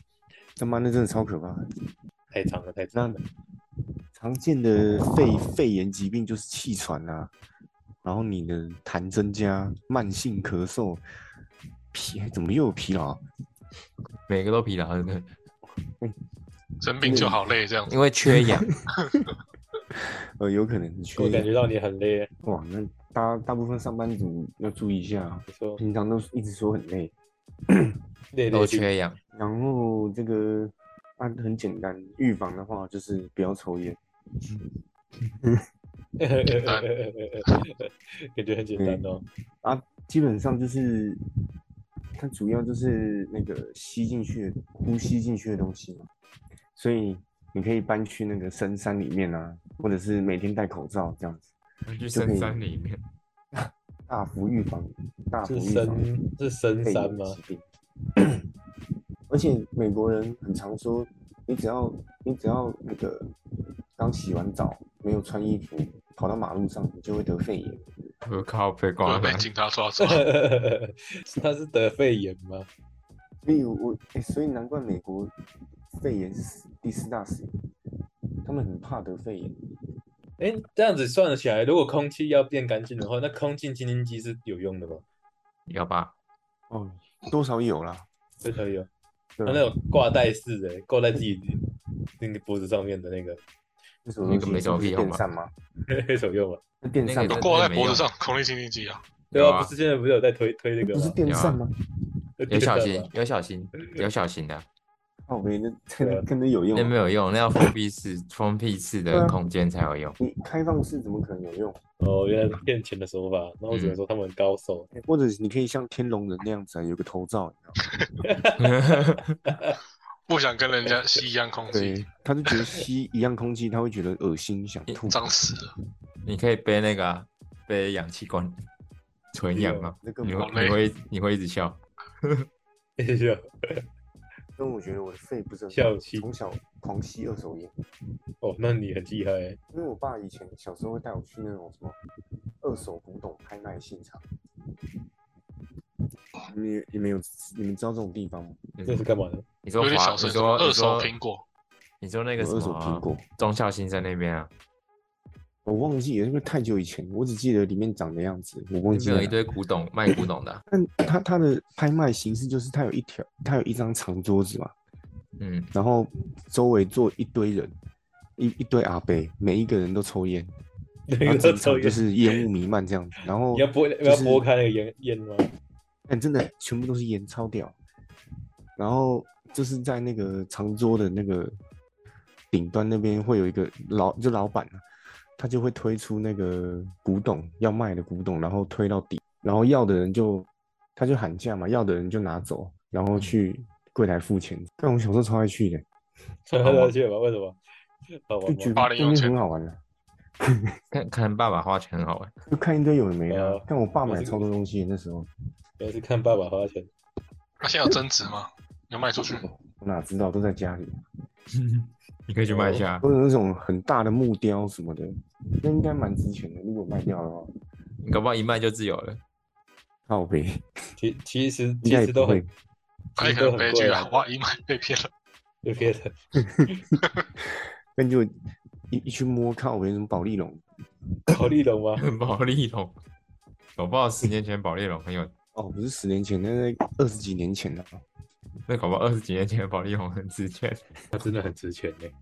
[SPEAKER 4] 他妈那真的超可怕的。
[SPEAKER 2] 太脏了太脏
[SPEAKER 4] 那
[SPEAKER 2] 了。
[SPEAKER 4] 常见的肺肺炎疾病就是气喘啊，然后你的痰增加、慢性咳嗽、疲怎么又有疲劳啊？
[SPEAKER 1] 每个都疲劳的，
[SPEAKER 3] 生病就好累这样子。
[SPEAKER 1] 因为缺氧，
[SPEAKER 4] 呃，有可能你缺
[SPEAKER 2] 我感觉到你很累，
[SPEAKER 4] 哇，那大大部分上班族要注意一下，啊
[SPEAKER 2] 你
[SPEAKER 1] 嗯
[SPEAKER 2] 说
[SPEAKER 4] 平常都一直说很累，
[SPEAKER 2] 累
[SPEAKER 1] 都
[SPEAKER 2] 累 去
[SPEAKER 1] 缺氧，
[SPEAKER 4] 然后这个啊很简单，预防的话就是不要抽烟，
[SPEAKER 2] 感觉很简单
[SPEAKER 4] 嗯
[SPEAKER 2] 哦。
[SPEAKER 4] 啊基本上就是它主要就是那个吸进去的、呼吸进去的东西嘛，所以你可以搬去那个深山里面啊，或者是每天戴口罩这样子，
[SPEAKER 1] 去
[SPEAKER 4] 就
[SPEAKER 1] 深
[SPEAKER 4] 可以
[SPEAKER 1] 山里面，
[SPEAKER 4] 大幅预防大幅
[SPEAKER 2] 是
[SPEAKER 4] 预防
[SPEAKER 2] 深是深
[SPEAKER 4] 肺
[SPEAKER 2] 山
[SPEAKER 4] 炎
[SPEAKER 2] 吗？
[SPEAKER 4] 疾病。 而且美国人很常说，你只要你只要那个刚洗完澡没有穿衣服跑到马路上，你就会得肺炎。
[SPEAKER 1] 我靠，被
[SPEAKER 3] 会
[SPEAKER 1] 挂
[SPEAKER 3] 被
[SPEAKER 1] 了。
[SPEAKER 3] 警察抓 走。
[SPEAKER 2] 他是得肺炎吗？
[SPEAKER 4] 所以我，我、欸、所以难怪美国肺炎是第四大死因，他们很怕得肺炎。
[SPEAKER 2] 哎，这样子算起来，如果空气要变干净的话，那空气清新机是有用的吗？
[SPEAKER 1] 要吧？
[SPEAKER 4] 哦，多少有啦。
[SPEAKER 2] 这可以哦。
[SPEAKER 4] 对
[SPEAKER 2] 它
[SPEAKER 4] 吧
[SPEAKER 2] 那种挂带式的，挂在自己那个脖子上面的那个，
[SPEAKER 4] 那什么
[SPEAKER 1] 那
[SPEAKER 4] 东
[SPEAKER 1] 个没
[SPEAKER 4] 西
[SPEAKER 1] 什么
[SPEAKER 4] 不是
[SPEAKER 1] 屁用
[SPEAKER 4] 电
[SPEAKER 1] 吧
[SPEAKER 4] 扇吗？
[SPEAKER 2] 有什么用啊？
[SPEAKER 4] 是电
[SPEAKER 1] 那
[SPEAKER 4] 扇
[SPEAKER 1] 个
[SPEAKER 4] 吗
[SPEAKER 1] 真？
[SPEAKER 3] 挂在脖子上，空气清净剂啊，
[SPEAKER 2] 对
[SPEAKER 1] 有
[SPEAKER 2] 啊，
[SPEAKER 1] 啊
[SPEAKER 2] 不是现在不是有在推推那个
[SPEAKER 4] 不是
[SPEAKER 2] 吗？
[SPEAKER 4] 电扇吗？
[SPEAKER 1] 有啊小
[SPEAKER 2] 电扇
[SPEAKER 1] 心
[SPEAKER 2] 吗，
[SPEAKER 1] 有小心，有小心的，啊
[SPEAKER 4] 靠北， 那
[SPEAKER 2] 对啊
[SPEAKER 4] 真真的有用
[SPEAKER 1] 那
[SPEAKER 4] 啊、
[SPEAKER 1] 没有用，那要封闭式、封闭式
[SPEAKER 4] 对
[SPEAKER 1] 的
[SPEAKER 4] 啊
[SPEAKER 1] 空间才有用。
[SPEAKER 4] 你开放式怎么可能有用？
[SPEAKER 2] 哦，原来是骗钱的手法，那我只能说他们很高手。
[SPEAKER 4] 或者你可以像天龙人那样子、啊，有个头罩，你知道吗？
[SPEAKER 3] 不想跟人
[SPEAKER 1] 哎
[SPEAKER 3] 家吸一样空气，
[SPEAKER 4] 对， 他就觉得吸一样空气，他会觉得恶心，想吐。
[SPEAKER 3] 脏死了。
[SPEAKER 1] 你可以背那个啊、背氧气罐，纯氧啊，
[SPEAKER 4] 那个
[SPEAKER 1] 你
[SPEAKER 3] 好
[SPEAKER 1] 会你
[SPEAKER 3] 累
[SPEAKER 1] 会你会一直笑。
[SPEAKER 2] 哎呦，
[SPEAKER 4] 但我觉得我的肺不是很
[SPEAKER 2] 笑
[SPEAKER 4] 好
[SPEAKER 2] 气
[SPEAKER 4] 从小狂吸二手烟，
[SPEAKER 2] 哦，那你很厉害欸，
[SPEAKER 4] 因为我爸以前小时候会带我去那种什么二手古董拍卖现场。你们你们有你们知道这种地方吗？
[SPEAKER 2] 那是干嘛的？
[SPEAKER 1] 你说
[SPEAKER 3] 有点
[SPEAKER 1] 华，
[SPEAKER 3] 小
[SPEAKER 1] 你
[SPEAKER 3] 声，
[SPEAKER 1] 说
[SPEAKER 3] 二手，
[SPEAKER 1] 你
[SPEAKER 3] 苹
[SPEAKER 1] 说
[SPEAKER 3] 果，
[SPEAKER 1] 你说那
[SPEAKER 4] 有
[SPEAKER 1] 个什
[SPEAKER 4] 二手苹
[SPEAKER 1] 么啊
[SPEAKER 4] 果，
[SPEAKER 1] 中校新生那边啊，
[SPEAKER 4] 我忘记了，因为太久以前，我只记得里面长的样子，我忘
[SPEAKER 1] 那
[SPEAKER 4] 记
[SPEAKER 1] 边有
[SPEAKER 4] 了
[SPEAKER 1] 一。堆古 董卖古董的啊、
[SPEAKER 4] 但它它的拍卖形式就是它有一条，它有一张长桌子嘛，
[SPEAKER 1] 嗯，
[SPEAKER 4] 然后周围坐一堆人，一一堆阿伯，每一个人都抽烟，然
[SPEAKER 2] 那
[SPEAKER 4] 后
[SPEAKER 2] 个
[SPEAKER 4] 整
[SPEAKER 2] 抽
[SPEAKER 4] 场
[SPEAKER 2] 烟
[SPEAKER 4] 就是烟雾弥漫这样子，然后
[SPEAKER 2] 你要拨
[SPEAKER 4] 是
[SPEAKER 2] 要拨开那个烟烟吗？
[SPEAKER 4] 但真的全部都是烟超屌，然后就是在那个长桌的那个顶端那边会有一个老就老板啊，他就会推出那个古董要卖的古董，然后推到底，然后要的人就他就喊价嘛，要的人就拿走，然后去柜台付钱。但我小时候超爱去的，
[SPEAKER 2] 穿
[SPEAKER 1] 好玩
[SPEAKER 2] 上去吧？为什么？好
[SPEAKER 4] 就
[SPEAKER 2] 玩
[SPEAKER 4] 觉
[SPEAKER 2] 吗？
[SPEAKER 4] 得
[SPEAKER 3] 花
[SPEAKER 4] 那
[SPEAKER 3] 莲有
[SPEAKER 4] 边
[SPEAKER 3] 钱
[SPEAKER 4] 很好玩啊的、
[SPEAKER 1] 看看爸爸花钱很 好玩，欸
[SPEAKER 4] 就看一堆有的没的啊
[SPEAKER 2] 哦。
[SPEAKER 4] 但我爸
[SPEAKER 2] 我
[SPEAKER 4] 买
[SPEAKER 2] 是
[SPEAKER 4] 超多东西的那时候，
[SPEAKER 2] 原来是看爸爸花钱。
[SPEAKER 3] 那啊现在有增值吗？有卖出去？
[SPEAKER 1] 哦
[SPEAKER 4] 我哪知道都在家里。
[SPEAKER 1] 你可以去卖一下啊，
[SPEAKER 4] 都有那种很大的木雕什么的，那应该蛮值钱的。如果卖掉的话，
[SPEAKER 1] 你搞不好一卖就自由了。
[SPEAKER 4] 靠背
[SPEAKER 2] 其其实
[SPEAKER 4] 应
[SPEAKER 2] 其
[SPEAKER 4] 该也
[SPEAKER 2] 实都
[SPEAKER 4] 不
[SPEAKER 2] 很
[SPEAKER 4] 会。哎
[SPEAKER 3] 他也可能悲剧啊！哇，一买被骗了，
[SPEAKER 2] 就变得
[SPEAKER 4] 但就一一去摸靠背，什么宝丽龙
[SPEAKER 2] 好利龙吗？
[SPEAKER 1] 保利龙，我不知道十年前保利龙很有，
[SPEAKER 4] 哦，不是十年前，那是二十几年前了、啊
[SPEAKER 1] 那搞不好二十几年前的保利龙很值钱。
[SPEAKER 2] 它真的很值钱欸哎呢。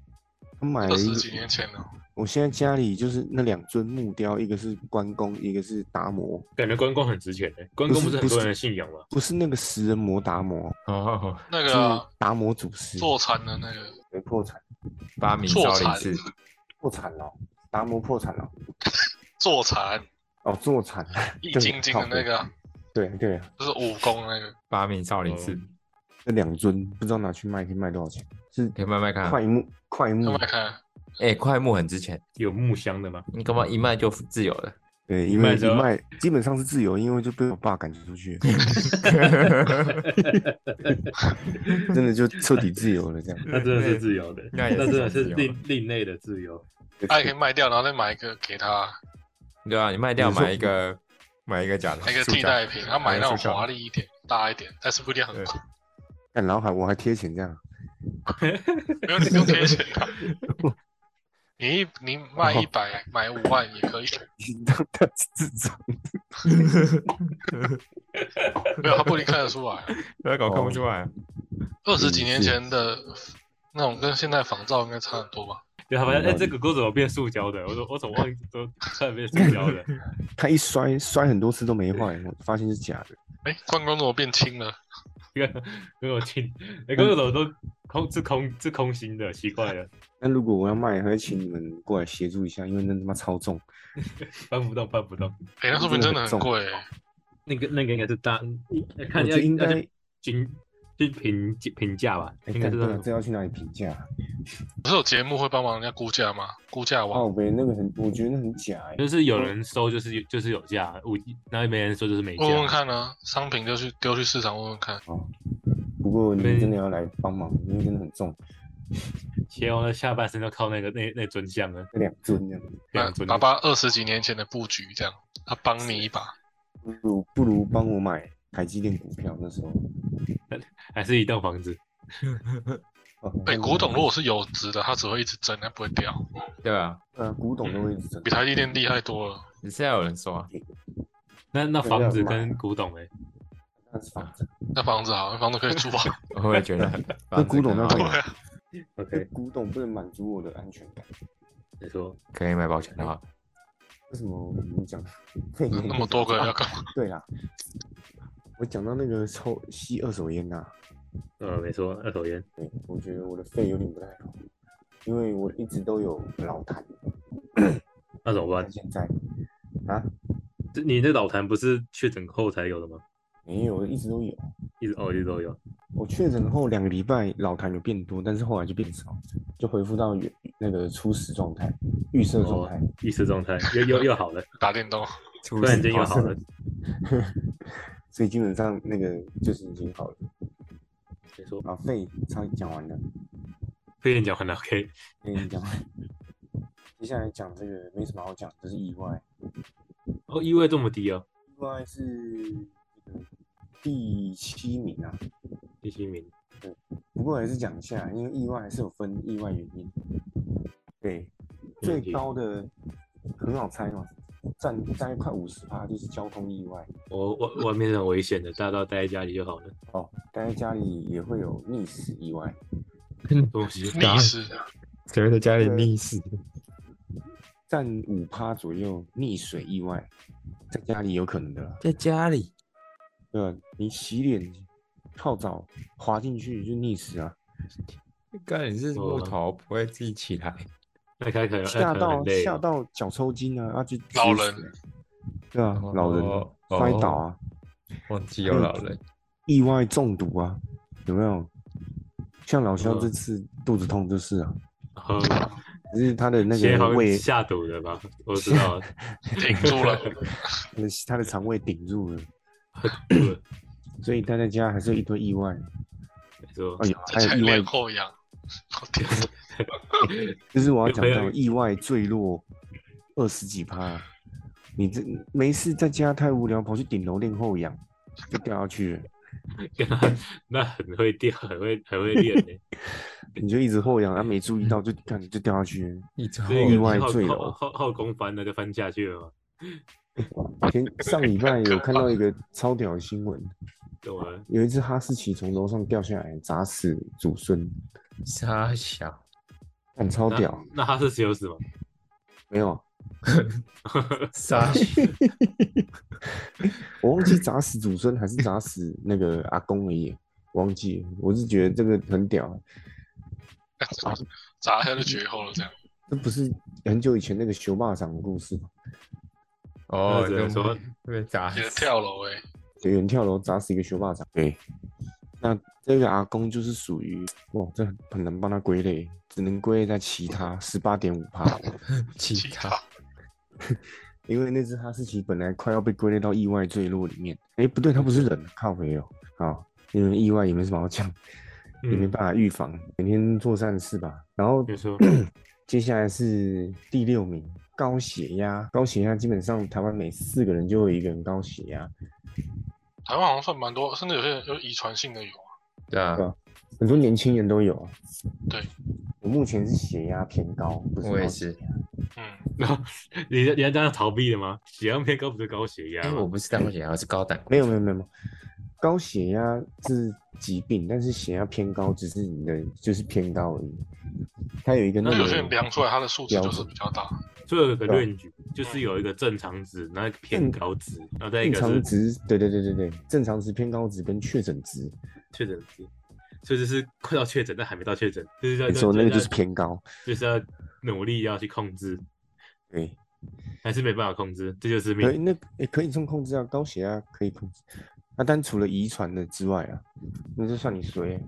[SPEAKER 4] 他买
[SPEAKER 3] 二
[SPEAKER 4] 了一
[SPEAKER 3] 十
[SPEAKER 4] 个
[SPEAKER 3] 几年前了，
[SPEAKER 4] 我现在家里就是那两尊木雕，一个是关公，一个是达摩，
[SPEAKER 2] 感觉关公很值钱呢。关公不
[SPEAKER 4] 不是
[SPEAKER 2] 是很多人的信仰吗？
[SPEAKER 4] 不是那个食人魔达摩，啊
[SPEAKER 1] 哦，
[SPEAKER 3] 那
[SPEAKER 4] 是
[SPEAKER 3] 个啊
[SPEAKER 4] 达摩祖师。
[SPEAKER 3] 坐禅的那个
[SPEAKER 4] 对破产，
[SPEAKER 1] 八名
[SPEAKER 3] 错
[SPEAKER 1] 少林
[SPEAKER 3] 惨
[SPEAKER 1] 寺，
[SPEAKER 4] 破产了、达摩破产了、
[SPEAKER 3] 坐禅
[SPEAKER 4] 哦，坐禅，
[SPEAKER 3] 易筋经的那个啊，
[SPEAKER 4] 对对啊，
[SPEAKER 3] 就是武功那个，
[SPEAKER 1] 八名少林寺
[SPEAKER 2] 哦
[SPEAKER 4] 那两尊不知道拿去卖可以卖多少钱，是
[SPEAKER 1] 可以慢慢看啊。
[SPEAKER 4] 快木快木
[SPEAKER 3] 要卖看啊
[SPEAKER 1] 哎，快木很值钱，
[SPEAKER 2] 有木香的吗？
[SPEAKER 1] 你搞不好一卖就自由 了。
[SPEAKER 4] 对，
[SPEAKER 2] 你
[SPEAKER 4] 因
[SPEAKER 2] 卖
[SPEAKER 4] 为
[SPEAKER 2] 之后
[SPEAKER 4] 一卖基本上是自由，因为就被我爸赶出去，真的就彻底自由了这样。
[SPEAKER 2] 那真的是自由的，
[SPEAKER 1] 那也是
[SPEAKER 2] 真的是
[SPEAKER 1] 自由
[SPEAKER 2] 另另类的自由。
[SPEAKER 3] 他也可以卖掉，然后再买一个给他，
[SPEAKER 1] 对啊，你卖掉
[SPEAKER 4] 你说
[SPEAKER 1] 买一个 买一个假的，
[SPEAKER 3] 那个
[SPEAKER 1] 塑
[SPEAKER 3] 替
[SPEAKER 1] 胶
[SPEAKER 3] 代品，他买那种华
[SPEAKER 1] 丽。
[SPEAKER 3] 丽一点、大一点，但是不一定很酷，
[SPEAKER 4] 但然后还我还贴钱这样，
[SPEAKER 3] 没有你不用贴钱 的。你一你卖一百，买五万也可以，
[SPEAKER 4] 你当他是智障？
[SPEAKER 3] 没有他不一定看得出来啊。
[SPEAKER 1] 那搞看不出来啊，
[SPEAKER 3] 二十几年前的那种跟现在仿造应该差很多吧？
[SPEAKER 2] 对，他发现
[SPEAKER 4] 嗯
[SPEAKER 2] 哎，这个锅怎么变塑胶的？我说我怎么忘记都突然变塑胶的？
[SPEAKER 4] 他一摔摔很多次都没坏，我发现是假的。
[SPEAKER 3] 哎、关公怎么变轻了？
[SPEAKER 2] 跟我亲，哎，跟我怎么都空是空是空心的，奇怪了，
[SPEAKER 4] 那如果我要卖，还会请你们过来协助一下，因为那他妈超重。
[SPEAKER 2] 搬不动，搬不动。
[SPEAKER 3] 哎、那说不定真的很贵、欸
[SPEAKER 2] 那个那个应该是大，
[SPEAKER 4] 我
[SPEAKER 2] 看
[SPEAKER 4] 觉得应该
[SPEAKER 2] 要去精去评评价吧，
[SPEAKER 4] 哎，
[SPEAKER 2] 应该
[SPEAKER 4] 干
[SPEAKER 2] 是
[SPEAKER 4] 对
[SPEAKER 2] 这
[SPEAKER 4] 啊
[SPEAKER 2] 样，
[SPEAKER 4] 这要去哪里评价啊？
[SPEAKER 3] 不是有节目会帮忙人家估价吗？估价
[SPEAKER 4] 靠
[SPEAKER 3] 网
[SPEAKER 4] 北那个很，我觉得那很假哎、
[SPEAKER 2] 就是有人收就是就是有价，无然后没人收就是没价。
[SPEAKER 3] 问问看啊，商品就去丢去市场问问看。
[SPEAKER 4] 不过你
[SPEAKER 2] 没
[SPEAKER 4] 们真的要来帮忙，因为真的很重，
[SPEAKER 2] 乾隆的下半身都靠那个那那尊像了，
[SPEAKER 4] 这两尊这样子，
[SPEAKER 2] 两尊
[SPEAKER 3] 爸爸二十几年前的布局，这样他帮你一把，
[SPEAKER 4] 不如不如帮我买台积电股票那时候。
[SPEAKER 2] 还是一栋房子，
[SPEAKER 4] 啊
[SPEAKER 3] 哎、古董如果是有值的，它只会一直增，它不会掉，
[SPEAKER 1] 对啊，
[SPEAKER 4] 呃古董的位置真
[SPEAKER 3] 比
[SPEAKER 4] 的
[SPEAKER 3] 台积电厉害多了。
[SPEAKER 1] 现在有人说啊，
[SPEAKER 2] 那那房子
[SPEAKER 4] 对要买
[SPEAKER 2] 跟古董哎、
[SPEAKER 4] 那是房子，
[SPEAKER 3] 那房子好，那房子可以租啊。
[SPEAKER 1] 我也觉得
[SPEAKER 4] 那古董那
[SPEAKER 1] 房
[SPEAKER 4] 可
[SPEAKER 1] 子
[SPEAKER 4] 以
[SPEAKER 1] 可能
[SPEAKER 3] 对
[SPEAKER 4] 吗
[SPEAKER 3] 啊，
[SPEAKER 4] 这古董不能满足我的安全感。
[SPEAKER 2] 你说
[SPEAKER 1] 可以买保险套啊，
[SPEAKER 4] 为什么我们讲肺
[SPEAKER 3] 那
[SPEAKER 4] 炎
[SPEAKER 3] 么多个要干嘛？
[SPEAKER 4] 啊对啦，我讲到那个抽吸二手烟呐、
[SPEAKER 2] 呃没错，二手烟
[SPEAKER 4] 对，我觉得我的肺有点不太好，因为我一直都有老痰，
[SPEAKER 2] 那怎么
[SPEAKER 4] 到
[SPEAKER 2] 办？
[SPEAKER 4] 现在啊
[SPEAKER 2] 这你那老痰不是确诊后才有的吗？
[SPEAKER 4] 没有，一直都有。
[SPEAKER 2] 一直哦一直都有，
[SPEAKER 4] 我确诊后两个礼拜老痰有变多，但是后来就变少，就恢复到原那个初始状态、预设
[SPEAKER 3] 哦
[SPEAKER 4] 状态。
[SPEAKER 2] 意识状态又又又好 了，
[SPEAKER 3] 打电动，
[SPEAKER 1] 突
[SPEAKER 2] 突然间又好了，
[SPEAKER 4] 所以基本上那个就是已经好了。
[SPEAKER 2] 没错，
[SPEAKER 4] 啊，肺差点讲完了，
[SPEAKER 2] 肺炎讲完了 OK，
[SPEAKER 4] 跟你讲完。接下来讲这个没什么好讲，就是意外。
[SPEAKER 2] 哦意味这么低哦，
[SPEAKER 4] 意外是这个第七名啊，
[SPEAKER 2] 第七名，
[SPEAKER 4] 不过还是讲一下，因为意外还是有分意外原因。对，
[SPEAKER 2] 没问
[SPEAKER 4] 最
[SPEAKER 2] 题
[SPEAKER 4] 高的很好猜嘛，占大概快五十趴，就是交通意外。
[SPEAKER 2] 我我外面是很危险的，大家都待在家里就好了，
[SPEAKER 4] 哦，待在家里也会有溺死意外。
[SPEAKER 2] 东西
[SPEAKER 3] 历史
[SPEAKER 1] 谁会在家里溺死？
[SPEAKER 4] 占五趴左右，溺水意外，在家里有可能的啦。
[SPEAKER 1] 在家里，
[SPEAKER 4] 对吧？你洗脸、泡澡滑进去就溺死啊！
[SPEAKER 1] 干你是木
[SPEAKER 2] 哦
[SPEAKER 1] 头，不会自己起来，
[SPEAKER 2] 那开可能那
[SPEAKER 4] 吓
[SPEAKER 2] 可能啊很
[SPEAKER 4] 到
[SPEAKER 2] 累
[SPEAKER 4] 吓
[SPEAKER 2] 哦，
[SPEAKER 4] 到脚抽筋啊，啊就
[SPEAKER 3] 老
[SPEAKER 4] 直接
[SPEAKER 3] 人
[SPEAKER 4] 死了对啊，
[SPEAKER 1] 哦
[SPEAKER 4] 老人
[SPEAKER 1] 哦
[SPEAKER 4] 摔倒啊，
[SPEAKER 1] 忘记有老人，
[SPEAKER 4] 意外中毒啊，有没有？像老肖
[SPEAKER 2] 嗯
[SPEAKER 4] 这次肚子痛就是啊，
[SPEAKER 2] 呵
[SPEAKER 4] 只是他的那
[SPEAKER 2] 哦先好
[SPEAKER 4] 个
[SPEAKER 2] 像
[SPEAKER 4] 胃，
[SPEAKER 2] 下毒了吧？我知道了，
[SPEAKER 3] 挺住了，
[SPEAKER 4] 他的他的肠胃顶住了，
[SPEAKER 2] 没
[SPEAKER 4] 所以待在家还是有一堆意外。
[SPEAKER 2] 错
[SPEAKER 4] 哎，呦，还
[SPEAKER 3] 才
[SPEAKER 4] 有意外
[SPEAKER 3] 脸，后仰。我天，
[SPEAKER 4] 就是我要讲
[SPEAKER 2] 没
[SPEAKER 4] 到
[SPEAKER 2] 有
[SPEAKER 4] 意外坠落二十几趴，你这没事在家太无聊，跑去顶楼练后仰，就掉下去了。
[SPEAKER 2] 跟他那很会掉，很会很会练 呢。
[SPEAKER 4] 你就一直后仰，他、没注意到就看就掉下去了。
[SPEAKER 1] 一周
[SPEAKER 2] 这个
[SPEAKER 4] 意外
[SPEAKER 2] 后
[SPEAKER 4] 坠
[SPEAKER 2] 后
[SPEAKER 4] 楼
[SPEAKER 2] 后后空翻了就翻下去了嘛，
[SPEAKER 4] 前上礼拜有看到一个超屌的新闻，
[SPEAKER 2] 懂吗？
[SPEAKER 4] 有一只哈士奇从楼上掉下来砸死祖孙，
[SPEAKER 1] 傻小，
[SPEAKER 4] 看超
[SPEAKER 2] 那
[SPEAKER 4] 屌。
[SPEAKER 2] 那他是只有死吗？
[SPEAKER 4] 没有啊，
[SPEAKER 1] 傻小，
[SPEAKER 4] 我忘记砸死祖孙还是砸死那个阿公而已，忘记了。我是觉得这个很屌，
[SPEAKER 3] 砸一下就绝后了，这样。
[SPEAKER 4] 这不是很久以前那个熊霸掌的故事吗？
[SPEAKER 1] 哦，
[SPEAKER 2] 那只能
[SPEAKER 1] 就
[SPEAKER 2] 说
[SPEAKER 1] 被砸
[SPEAKER 3] 你的
[SPEAKER 1] 死，
[SPEAKER 3] 跳楼哎、
[SPEAKER 4] 有人跳楼砸死一个熊霸掌。对，那这个阿公就是属于哇，这很难帮他归类，只能归类在其他十八点五趴。
[SPEAKER 1] 其他
[SPEAKER 4] 因为那只哈士奇本来快要被归类到意外坠落里面。哎，不对，它不是人，靠没哦。好，因为意外也没什么好讲， 也没
[SPEAKER 2] 嗯，
[SPEAKER 4] 办法预防，每天做善事吧。然后
[SPEAKER 2] 比如说
[SPEAKER 4] 接下来是第六名，高血压。高血压基本上台湾每四个人就有一个人高血压，
[SPEAKER 3] 台湾好像算蛮多，甚至有些人有遗传性的有啊。
[SPEAKER 1] 对啊，
[SPEAKER 4] 很多年轻人都有啊。
[SPEAKER 3] 对，
[SPEAKER 4] 我目前是血压偏高，不是
[SPEAKER 1] 我也
[SPEAKER 4] 高血
[SPEAKER 1] 是
[SPEAKER 4] 压。
[SPEAKER 3] 嗯，
[SPEAKER 2] 然后你你要这样逃避的吗？血压偏高不是高血压
[SPEAKER 1] 哎，我
[SPEAKER 2] 吗？
[SPEAKER 1] 不是高血压，我是高胆固
[SPEAKER 4] 没有没有没有没有，高血压是疾病，但是血压偏高只是你的就是偏高而已。它有一个那
[SPEAKER 3] 那
[SPEAKER 4] 个
[SPEAKER 3] 有些人量出来他的数值就是比较大，
[SPEAKER 2] 就有一个 range，就是有一个正常值，然后一个偏高值，然后再一
[SPEAKER 4] 啊正
[SPEAKER 2] 个
[SPEAKER 4] 常
[SPEAKER 2] 是
[SPEAKER 4] 值，对对对对对，正常值、偏高值跟确诊值，
[SPEAKER 2] 确诊值，所以就是快到确诊，但还没到确诊，就是要
[SPEAKER 4] 你说那个就是
[SPEAKER 2] 要
[SPEAKER 4] 偏高，
[SPEAKER 2] 就是要努力要去控制，
[SPEAKER 4] 对，
[SPEAKER 2] 还是没办法控制，这就是
[SPEAKER 4] 可以
[SPEAKER 2] 命。
[SPEAKER 4] 那也可以这么控制啊，高血压可以控制，那但除了遗传的之外啊，那就算你衰。啊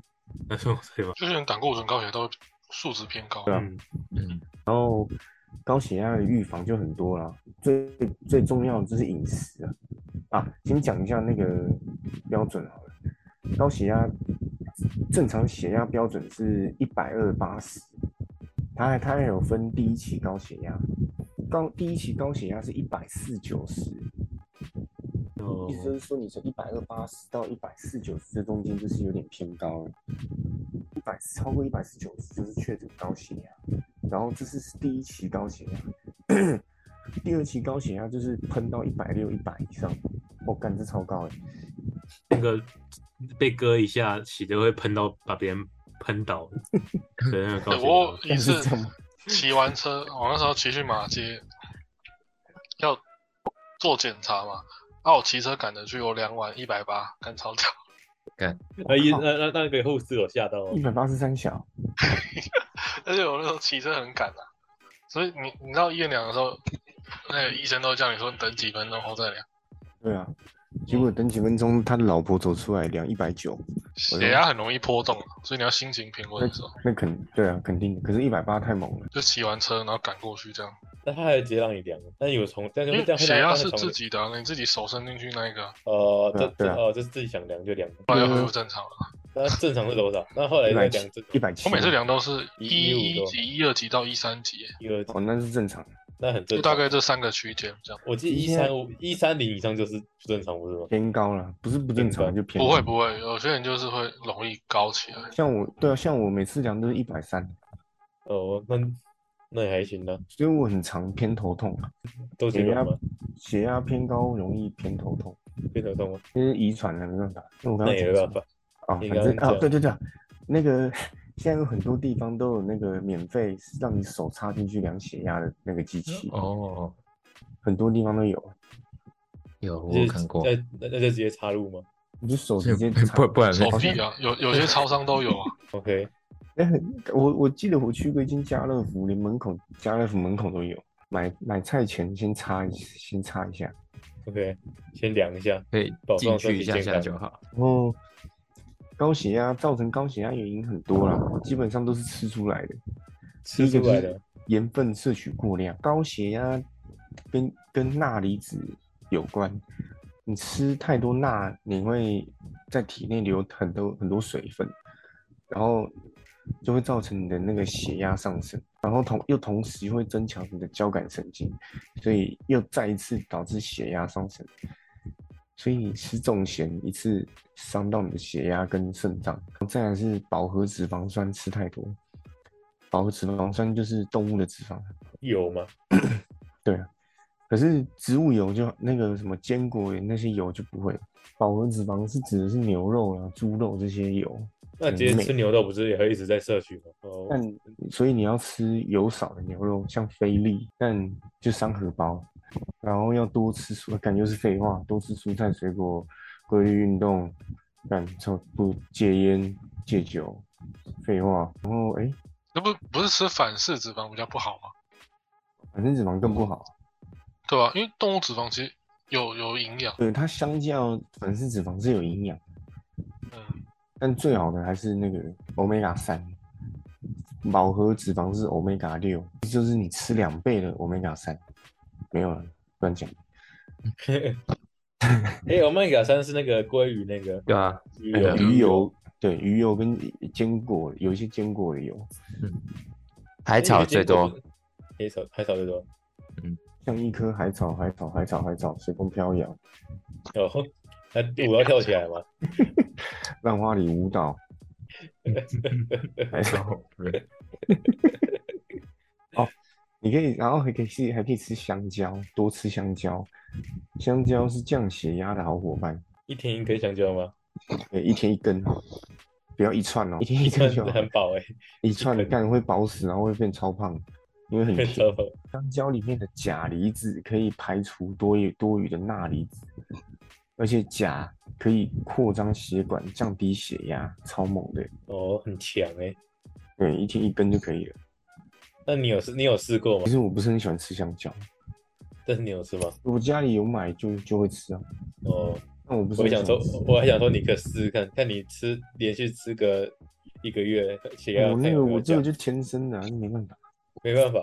[SPEAKER 2] 那是我对吧？
[SPEAKER 3] 就是人胆固醇高血压都会数值偏高。
[SPEAKER 4] 啊
[SPEAKER 2] 嗯，
[SPEAKER 1] 嗯，
[SPEAKER 4] 然后高血压的预防就很多啦，最最重要的就是饮食啊。啊，先讲一下那个标准好了。高血压正常血压标准是一百二八十，它还它还有分第一期高血压，高第一期高血压是一百四九十，
[SPEAKER 2] 哦
[SPEAKER 4] 意思就是说你从一百二八十到一百四九十这中间就是有点偏高了，一百超过一百四九十就是确诊高血压，然后这是第一期高血压，第二期高血压就是喷到一百六、一百以上，我、哦、干这超高哎、
[SPEAKER 2] 那个被割一下血就会喷到把别人喷倒， 对，那个高啊
[SPEAKER 3] 对
[SPEAKER 2] 血
[SPEAKER 3] 我
[SPEAKER 2] 压。
[SPEAKER 3] 也
[SPEAKER 4] 是
[SPEAKER 3] 是
[SPEAKER 4] 这么
[SPEAKER 3] 骑完车，哦我那时候骑去马街，要做检查嘛。啊，我骑车赶着去，我量完一百八，干超屌。
[SPEAKER 5] 那一那那那个护士有吓到
[SPEAKER 4] 一
[SPEAKER 5] 吗？
[SPEAKER 4] 百八十三小，
[SPEAKER 3] 而且我那时候骑车很赶啊，所以你你到医院量的时候，那个医生都叫你说等几分钟后再量，
[SPEAKER 4] 对啊，结果等几分钟他的老婆走出来量一百九，
[SPEAKER 3] 血压很容易波动啊，所以你要心情平稳的时候，
[SPEAKER 4] 那肯对啊肯定的，可是一百八太猛了，
[SPEAKER 3] 就骑完车然后赶过去这样，
[SPEAKER 5] 那他还有直接让你量，那有从但是
[SPEAKER 3] 因
[SPEAKER 5] 这样
[SPEAKER 3] 为
[SPEAKER 5] 会让
[SPEAKER 3] 血压
[SPEAKER 5] 他
[SPEAKER 3] 嗯是
[SPEAKER 5] 从
[SPEAKER 3] 自己的啊、你自己手伸进去那一个啊，
[SPEAKER 5] 哦，这这
[SPEAKER 4] 对啊
[SPEAKER 5] 哦这是自己想量就量，
[SPEAKER 3] 后来又恢复正常了。
[SPEAKER 5] 那正常是多 少？那后来
[SPEAKER 4] 一
[SPEAKER 5] 再
[SPEAKER 4] 百
[SPEAKER 5] 量这
[SPEAKER 4] 一百七，
[SPEAKER 3] 我每次量都是
[SPEAKER 5] 一
[SPEAKER 3] 一
[SPEAKER 5] 一五
[SPEAKER 3] 一
[SPEAKER 5] 多
[SPEAKER 3] 级、一二级到一三级，
[SPEAKER 5] 一二，
[SPEAKER 4] 哦那是正常的。
[SPEAKER 5] 那很
[SPEAKER 3] 就
[SPEAKER 5] 正
[SPEAKER 3] 大
[SPEAKER 5] 常。
[SPEAKER 3] 概这三个区间这样。
[SPEAKER 5] 我记得一三五一三零以上就是不正常，不是吗？
[SPEAKER 4] 偏高了，不是不正常就偏
[SPEAKER 3] 不
[SPEAKER 4] 高
[SPEAKER 3] 会不会，有些人就是会容易高起来。
[SPEAKER 4] 像我对啊，像我每次量都是一百三，
[SPEAKER 5] 哦，那那也还行呢，
[SPEAKER 4] 所以我很常偏头痛啊，
[SPEAKER 5] 都血
[SPEAKER 4] 血
[SPEAKER 5] 管
[SPEAKER 4] 压
[SPEAKER 5] 嘛，
[SPEAKER 4] 血压偏高容易偏头痛，
[SPEAKER 5] 偏头痛吗？
[SPEAKER 4] 这是遗传的，啊没办法。因为我
[SPEAKER 5] 那
[SPEAKER 4] 刚刚
[SPEAKER 5] 也
[SPEAKER 4] 讲
[SPEAKER 5] 没
[SPEAKER 4] 什
[SPEAKER 5] 办
[SPEAKER 4] 么
[SPEAKER 5] 法。
[SPEAKER 4] 啊，
[SPEAKER 5] 你
[SPEAKER 4] 反
[SPEAKER 5] 刚
[SPEAKER 4] 正
[SPEAKER 5] 刚
[SPEAKER 4] 啊，
[SPEAKER 5] 讲
[SPEAKER 4] 对对对，那个 现在有很多地方都有那个免费让你手插进去量血压的那个机器，
[SPEAKER 1] 哦，
[SPEAKER 4] 很多地方都有，
[SPEAKER 1] 有
[SPEAKER 5] 就
[SPEAKER 1] 我
[SPEAKER 5] 是
[SPEAKER 1] 看过，
[SPEAKER 5] 那那那就直接插入吗
[SPEAKER 4] 你就手
[SPEAKER 1] 这
[SPEAKER 4] 直接插
[SPEAKER 1] 不不然
[SPEAKER 3] 手
[SPEAKER 1] 没
[SPEAKER 3] 臂啊，有有些超商都有啊。
[SPEAKER 5] ？OK，
[SPEAKER 4] 哎、很，我我记得我去过一间家乐福，连门口家乐福门口都有，买买菜前先插一先插一下，
[SPEAKER 5] OK，先量一下。
[SPEAKER 1] 可以
[SPEAKER 5] 保
[SPEAKER 1] 进
[SPEAKER 5] 障身
[SPEAKER 1] 去
[SPEAKER 5] 体
[SPEAKER 1] 一下
[SPEAKER 5] 健
[SPEAKER 1] 下
[SPEAKER 5] 康
[SPEAKER 1] 就好。
[SPEAKER 4] 然后高血压造成高血压原因很多啦，基本上都是吃出来的，第
[SPEAKER 5] 吃
[SPEAKER 4] 一个
[SPEAKER 5] 出
[SPEAKER 4] 就
[SPEAKER 5] 来
[SPEAKER 4] 是
[SPEAKER 5] 的，
[SPEAKER 4] 盐分摄取过量，高血压跟跟钠离子有关。你吃太多钠，你会在体内留很多很多水分，然后就会造成你的那个血压上升，然后同又同时又会增强你的交感神经，所以又再一次导致血压上升。所以你吃重咸一次伤到你的血压跟肾脏，再来是饱和脂肪酸吃太多，饱和脂肪酸就是动物的脂肪，
[SPEAKER 5] 有吗？
[SPEAKER 4] 对啊。可是植物油就那个什么坚果油那些油就不会，饱和脂肪是指的是牛肉啊、猪肉这些油，
[SPEAKER 5] 那直接吃牛肉不是也会一直在摄取吗？哦，
[SPEAKER 4] 但所以你要吃油少的牛肉，像菲力，但就伤荷包。然后要多吃蔬，感觉是废话，多吃蔬菜水果，规律运动，但就不戒烟戒酒，废话。然后哎，
[SPEAKER 3] 那不不是吃反式脂肪比较不好吗？
[SPEAKER 4] 反正脂肪更不好。
[SPEAKER 3] 对吧、因为动物脂肪其实有有营养，
[SPEAKER 4] 对它相较反式脂肪是有营养，
[SPEAKER 3] 嗯，
[SPEAKER 4] 但最好的还是那个 omega 三，饱和脂肪是 omega 六，就是你吃两倍的 omega 三。没有了，乱讲。
[SPEAKER 5] 哎，omega 三是那个鲑鱼那个
[SPEAKER 1] 对啊，
[SPEAKER 5] 鱼
[SPEAKER 4] 那
[SPEAKER 5] 油
[SPEAKER 4] 个哎鱼油，对鱼油跟坚果有一些坚果的油，
[SPEAKER 1] 海草最多，，
[SPEAKER 5] 海草海草最多。
[SPEAKER 4] 像一颗海草，海草，海草，海草，随风飘摇，
[SPEAKER 5] 哦，那舞要跳起来吗？
[SPEAKER 4] 浪花里 舞蹈。海
[SPEAKER 1] 然
[SPEAKER 4] 草，
[SPEAKER 1] 后
[SPEAKER 4] 你可以，然后还可以吃，还可以吃香蕉，多吃香蕉。香蕉是降血压的好伙伴，
[SPEAKER 5] 一天一根香蕉吗？
[SPEAKER 4] 对，一天一根，不要一串哦，一天一
[SPEAKER 5] 这
[SPEAKER 4] 根
[SPEAKER 5] 样
[SPEAKER 4] 就
[SPEAKER 5] 子
[SPEAKER 4] 好，
[SPEAKER 5] 很饱哎，
[SPEAKER 4] 一串
[SPEAKER 5] 一
[SPEAKER 4] 的
[SPEAKER 5] 根
[SPEAKER 4] 干会饱死，然后会变超胖，因为很
[SPEAKER 5] 很
[SPEAKER 4] 甜
[SPEAKER 5] 超饱。
[SPEAKER 4] 香蕉里面的钾离子可以排除多余多余的钠离子，而且钾可以扩张血管、降低血压，超猛的。
[SPEAKER 5] 哦，很强哎。
[SPEAKER 4] 对，一天一根就可以了。
[SPEAKER 5] 那你有试你有试过吗
[SPEAKER 4] 其？实我不是很喜欢吃香蕉，
[SPEAKER 5] 但是你有吃吗？
[SPEAKER 4] 我家里有买就就会吃啊。
[SPEAKER 5] 哦，
[SPEAKER 4] 那我不是
[SPEAKER 5] 我想说
[SPEAKER 4] 吃，
[SPEAKER 5] 我还想说你可以试试看，看你吃连续吃个一个月血压，
[SPEAKER 4] 哦我
[SPEAKER 5] 看
[SPEAKER 4] 那个
[SPEAKER 5] 有没有
[SPEAKER 4] 我这个
[SPEAKER 5] 降
[SPEAKER 4] 就天生的、啊，没办法。
[SPEAKER 5] 没办法，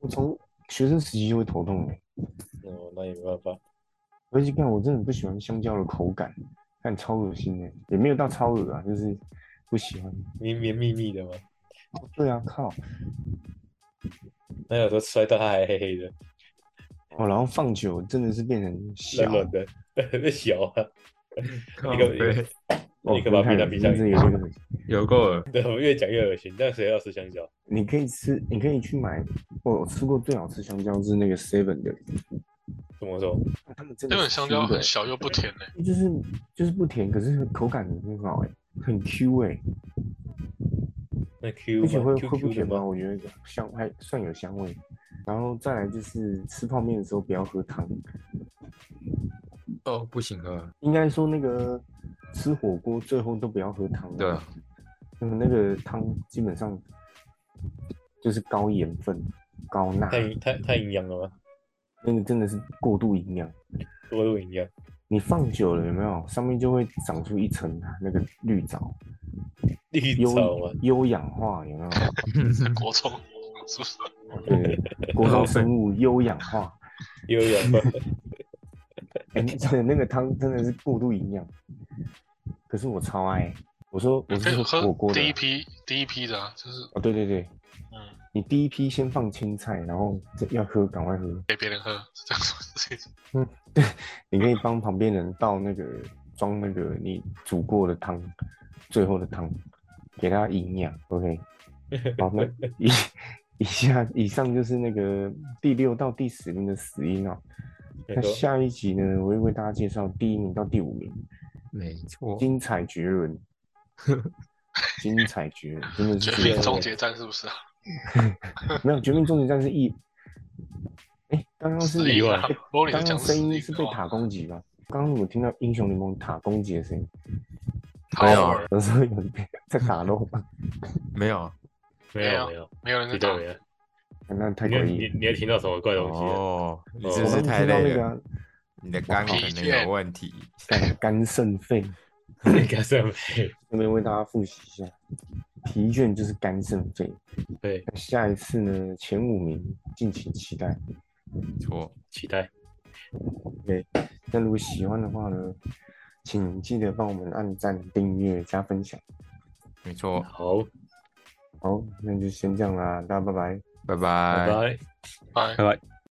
[SPEAKER 4] 我从学生时期就会头痛的、
[SPEAKER 5] 哦，那也没办法。
[SPEAKER 4] 而且看我真的不喜欢香蕉的口感，看超恶心的、也没有到超恶啊，就是不喜欢。
[SPEAKER 5] 绵绵密密的嘛，
[SPEAKER 4] 对啊，靠！
[SPEAKER 5] 那有时候摔到它还黑黑的，
[SPEAKER 4] 哦，然后放久真的是变成小
[SPEAKER 5] 冷冷的， 那小啊，
[SPEAKER 1] 靠
[SPEAKER 5] 一个一
[SPEAKER 1] 背
[SPEAKER 5] 个，
[SPEAKER 4] 哦，
[SPEAKER 5] 你可把它
[SPEAKER 4] 看
[SPEAKER 5] 冰箱冰
[SPEAKER 4] 你
[SPEAKER 5] 箱
[SPEAKER 4] 真的有这个东西。
[SPEAKER 1] 有够恶
[SPEAKER 5] 对，我越讲越恶心。但谁要吃香蕉？
[SPEAKER 4] 你可以吃，你可以去买。哦，我吃过最好吃香蕉是那个 Seven 的，
[SPEAKER 5] 怎么说？
[SPEAKER 4] 他们真
[SPEAKER 3] 这
[SPEAKER 4] 的
[SPEAKER 3] 本香蕉
[SPEAKER 4] 酥的嗯
[SPEAKER 3] 很小又不甜呢、
[SPEAKER 4] 就是就是不甜，可是口感很好哎、很 Q 哎、
[SPEAKER 5] 那 Q
[SPEAKER 4] 而且会
[SPEAKER 5] 吗
[SPEAKER 4] 会不
[SPEAKER 5] ？QQ 的
[SPEAKER 4] 甜吗？
[SPEAKER 5] 吗？
[SPEAKER 4] 我觉得香还算有香味。然后再来就是吃泡面的时候不要喝汤，
[SPEAKER 1] 哦，不行喝，
[SPEAKER 4] 应该说那个吃火锅最后都不要喝汤。
[SPEAKER 1] 对啊，
[SPEAKER 4] 嗯，那个汤基本上就是高盐分、高钠，
[SPEAKER 5] 太营太太营养了吗？
[SPEAKER 4] 那个真的是过度营养。
[SPEAKER 5] 多度营养，
[SPEAKER 4] 你放久了有没有？上面就会长出一层啊那个绿藻，
[SPEAKER 5] 绿
[SPEAKER 4] 优
[SPEAKER 5] 藻啊嘛，
[SPEAKER 4] 优氧化有没有？
[SPEAKER 3] 欸，国中是不是？
[SPEAKER 4] 对，国中生物优氧化。
[SPEAKER 5] 优 氧嘛。
[SPEAKER 4] 哎、真的那个汤真的是过度营养，可是我超爱。我说我
[SPEAKER 3] 你可
[SPEAKER 4] 是
[SPEAKER 3] 以
[SPEAKER 4] 说火锅
[SPEAKER 3] 哎喝
[SPEAKER 4] 的啊、
[SPEAKER 3] 第一批第一批的啊，就是
[SPEAKER 4] 哦，对对对，
[SPEAKER 3] 嗯
[SPEAKER 4] 你第一批先放青菜，然后这要喝赶快喝。
[SPEAKER 3] 给别人喝是这样说事情。
[SPEAKER 4] 你可以帮旁边人倒那个装那个你煮过的汤，最后的汤，给他营养。OK，好，那以以下以上就是那个第六到第十名的死因啊。
[SPEAKER 5] 没
[SPEAKER 4] 那
[SPEAKER 5] 错
[SPEAKER 4] 下一集呢，我会为大家介绍第一名到第五名，
[SPEAKER 1] 没错，
[SPEAKER 4] 精彩绝伦，精彩绝伦，真的是
[SPEAKER 3] 绝
[SPEAKER 4] 绝
[SPEAKER 3] 命
[SPEAKER 4] 伦
[SPEAKER 3] 终结战是不是啊？
[SPEAKER 4] 没有《绝命终结战》是一，哎，刚刚是
[SPEAKER 3] 是一万
[SPEAKER 4] 被
[SPEAKER 3] 如果你
[SPEAKER 4] 刚
[SPEAKER 3] 讲
[SPEAKER 4] 刚声音是
[SPEAKER 3] 是一
[SPEAKER 4] 被
[SPEAKER 3] 万
[SPEAKER 4] 塔攻击吧？刚刚我听到英雄联盟塔攻击的声音，
[SPEAKER 1] 没有
[SPEAKER 3] 好，
[SPEAKER 4] 有时啊候有人在打漏 吧？
[SPEAKER 1] 没有
[SPEAKER 2] 没
[SPEAKER 3] 没
[SPEAKER 2] 有
[SPEAKER 3] 有
[SPEAKER 2] 没有，
[SPEAKER 3] 没有人在
[SPEAKER 2] 绝
[SPEAKER 3] 打
[SPEAKER 2] 对。没有。
[SPEAKER 4] 那太
[SPEAKER 2] 你
[SPEAKER 4] 诡
[SPEAKER 2] 有
[SPEAKER 4] 异
[SPEAKER 2] 你
[SPEAKER 4] 了。
[SPEAKER 2] 你有听到什么怪东西了？
[SPEAKER 1] 哦，你
[SPEAKER 2] 哦
[SPEAKER 1] 是
[SPEAKER 4] 我
[SPEAKER 1] 不是
[SPEAKER 4] 刚
[SPEAKER 1] 太
[SPEAKER 4] 听到
[SPEAKER 1] 累
[SPEAKER 4] 那个
[SPEAKER 1] 了？
[SPEAKER 4] 啊
[SPEAKER 1] 你的肝可能有问题。
[SPEAKER 4] 干肝肾肺，
[SPEAKER 2] 应该是没
[SPEAKER 4] 顺便为大家复习一下，疲倦就是肝肾肺。
[SPEAKER 2] 有对，
[SPEAKER 4] 那下一次呢，前五名敬请期待。
[SPEAKER 1] 没错，
[SPEAKER 2] 期待
[SPEAKER 4] 那如果喜欢的话呢，请记得帮我们按赞、订阅、加分享。
[SPEAKER 1] 没
[SPEAKER 4] 哦
[SPEAKER 1] 错，
[SPEAKER 2] 好，
[SPEAKER 4] 好，那就先这样啦，大家拜拜。
[SPEAKER 1] 拜
[SPEAKER 2] 拜
[SPEAKER 1] 拜。
[SPEAKER 2] 拜。
[SPEAKER 3] 拜。
[SPEAKER 2] 拜拜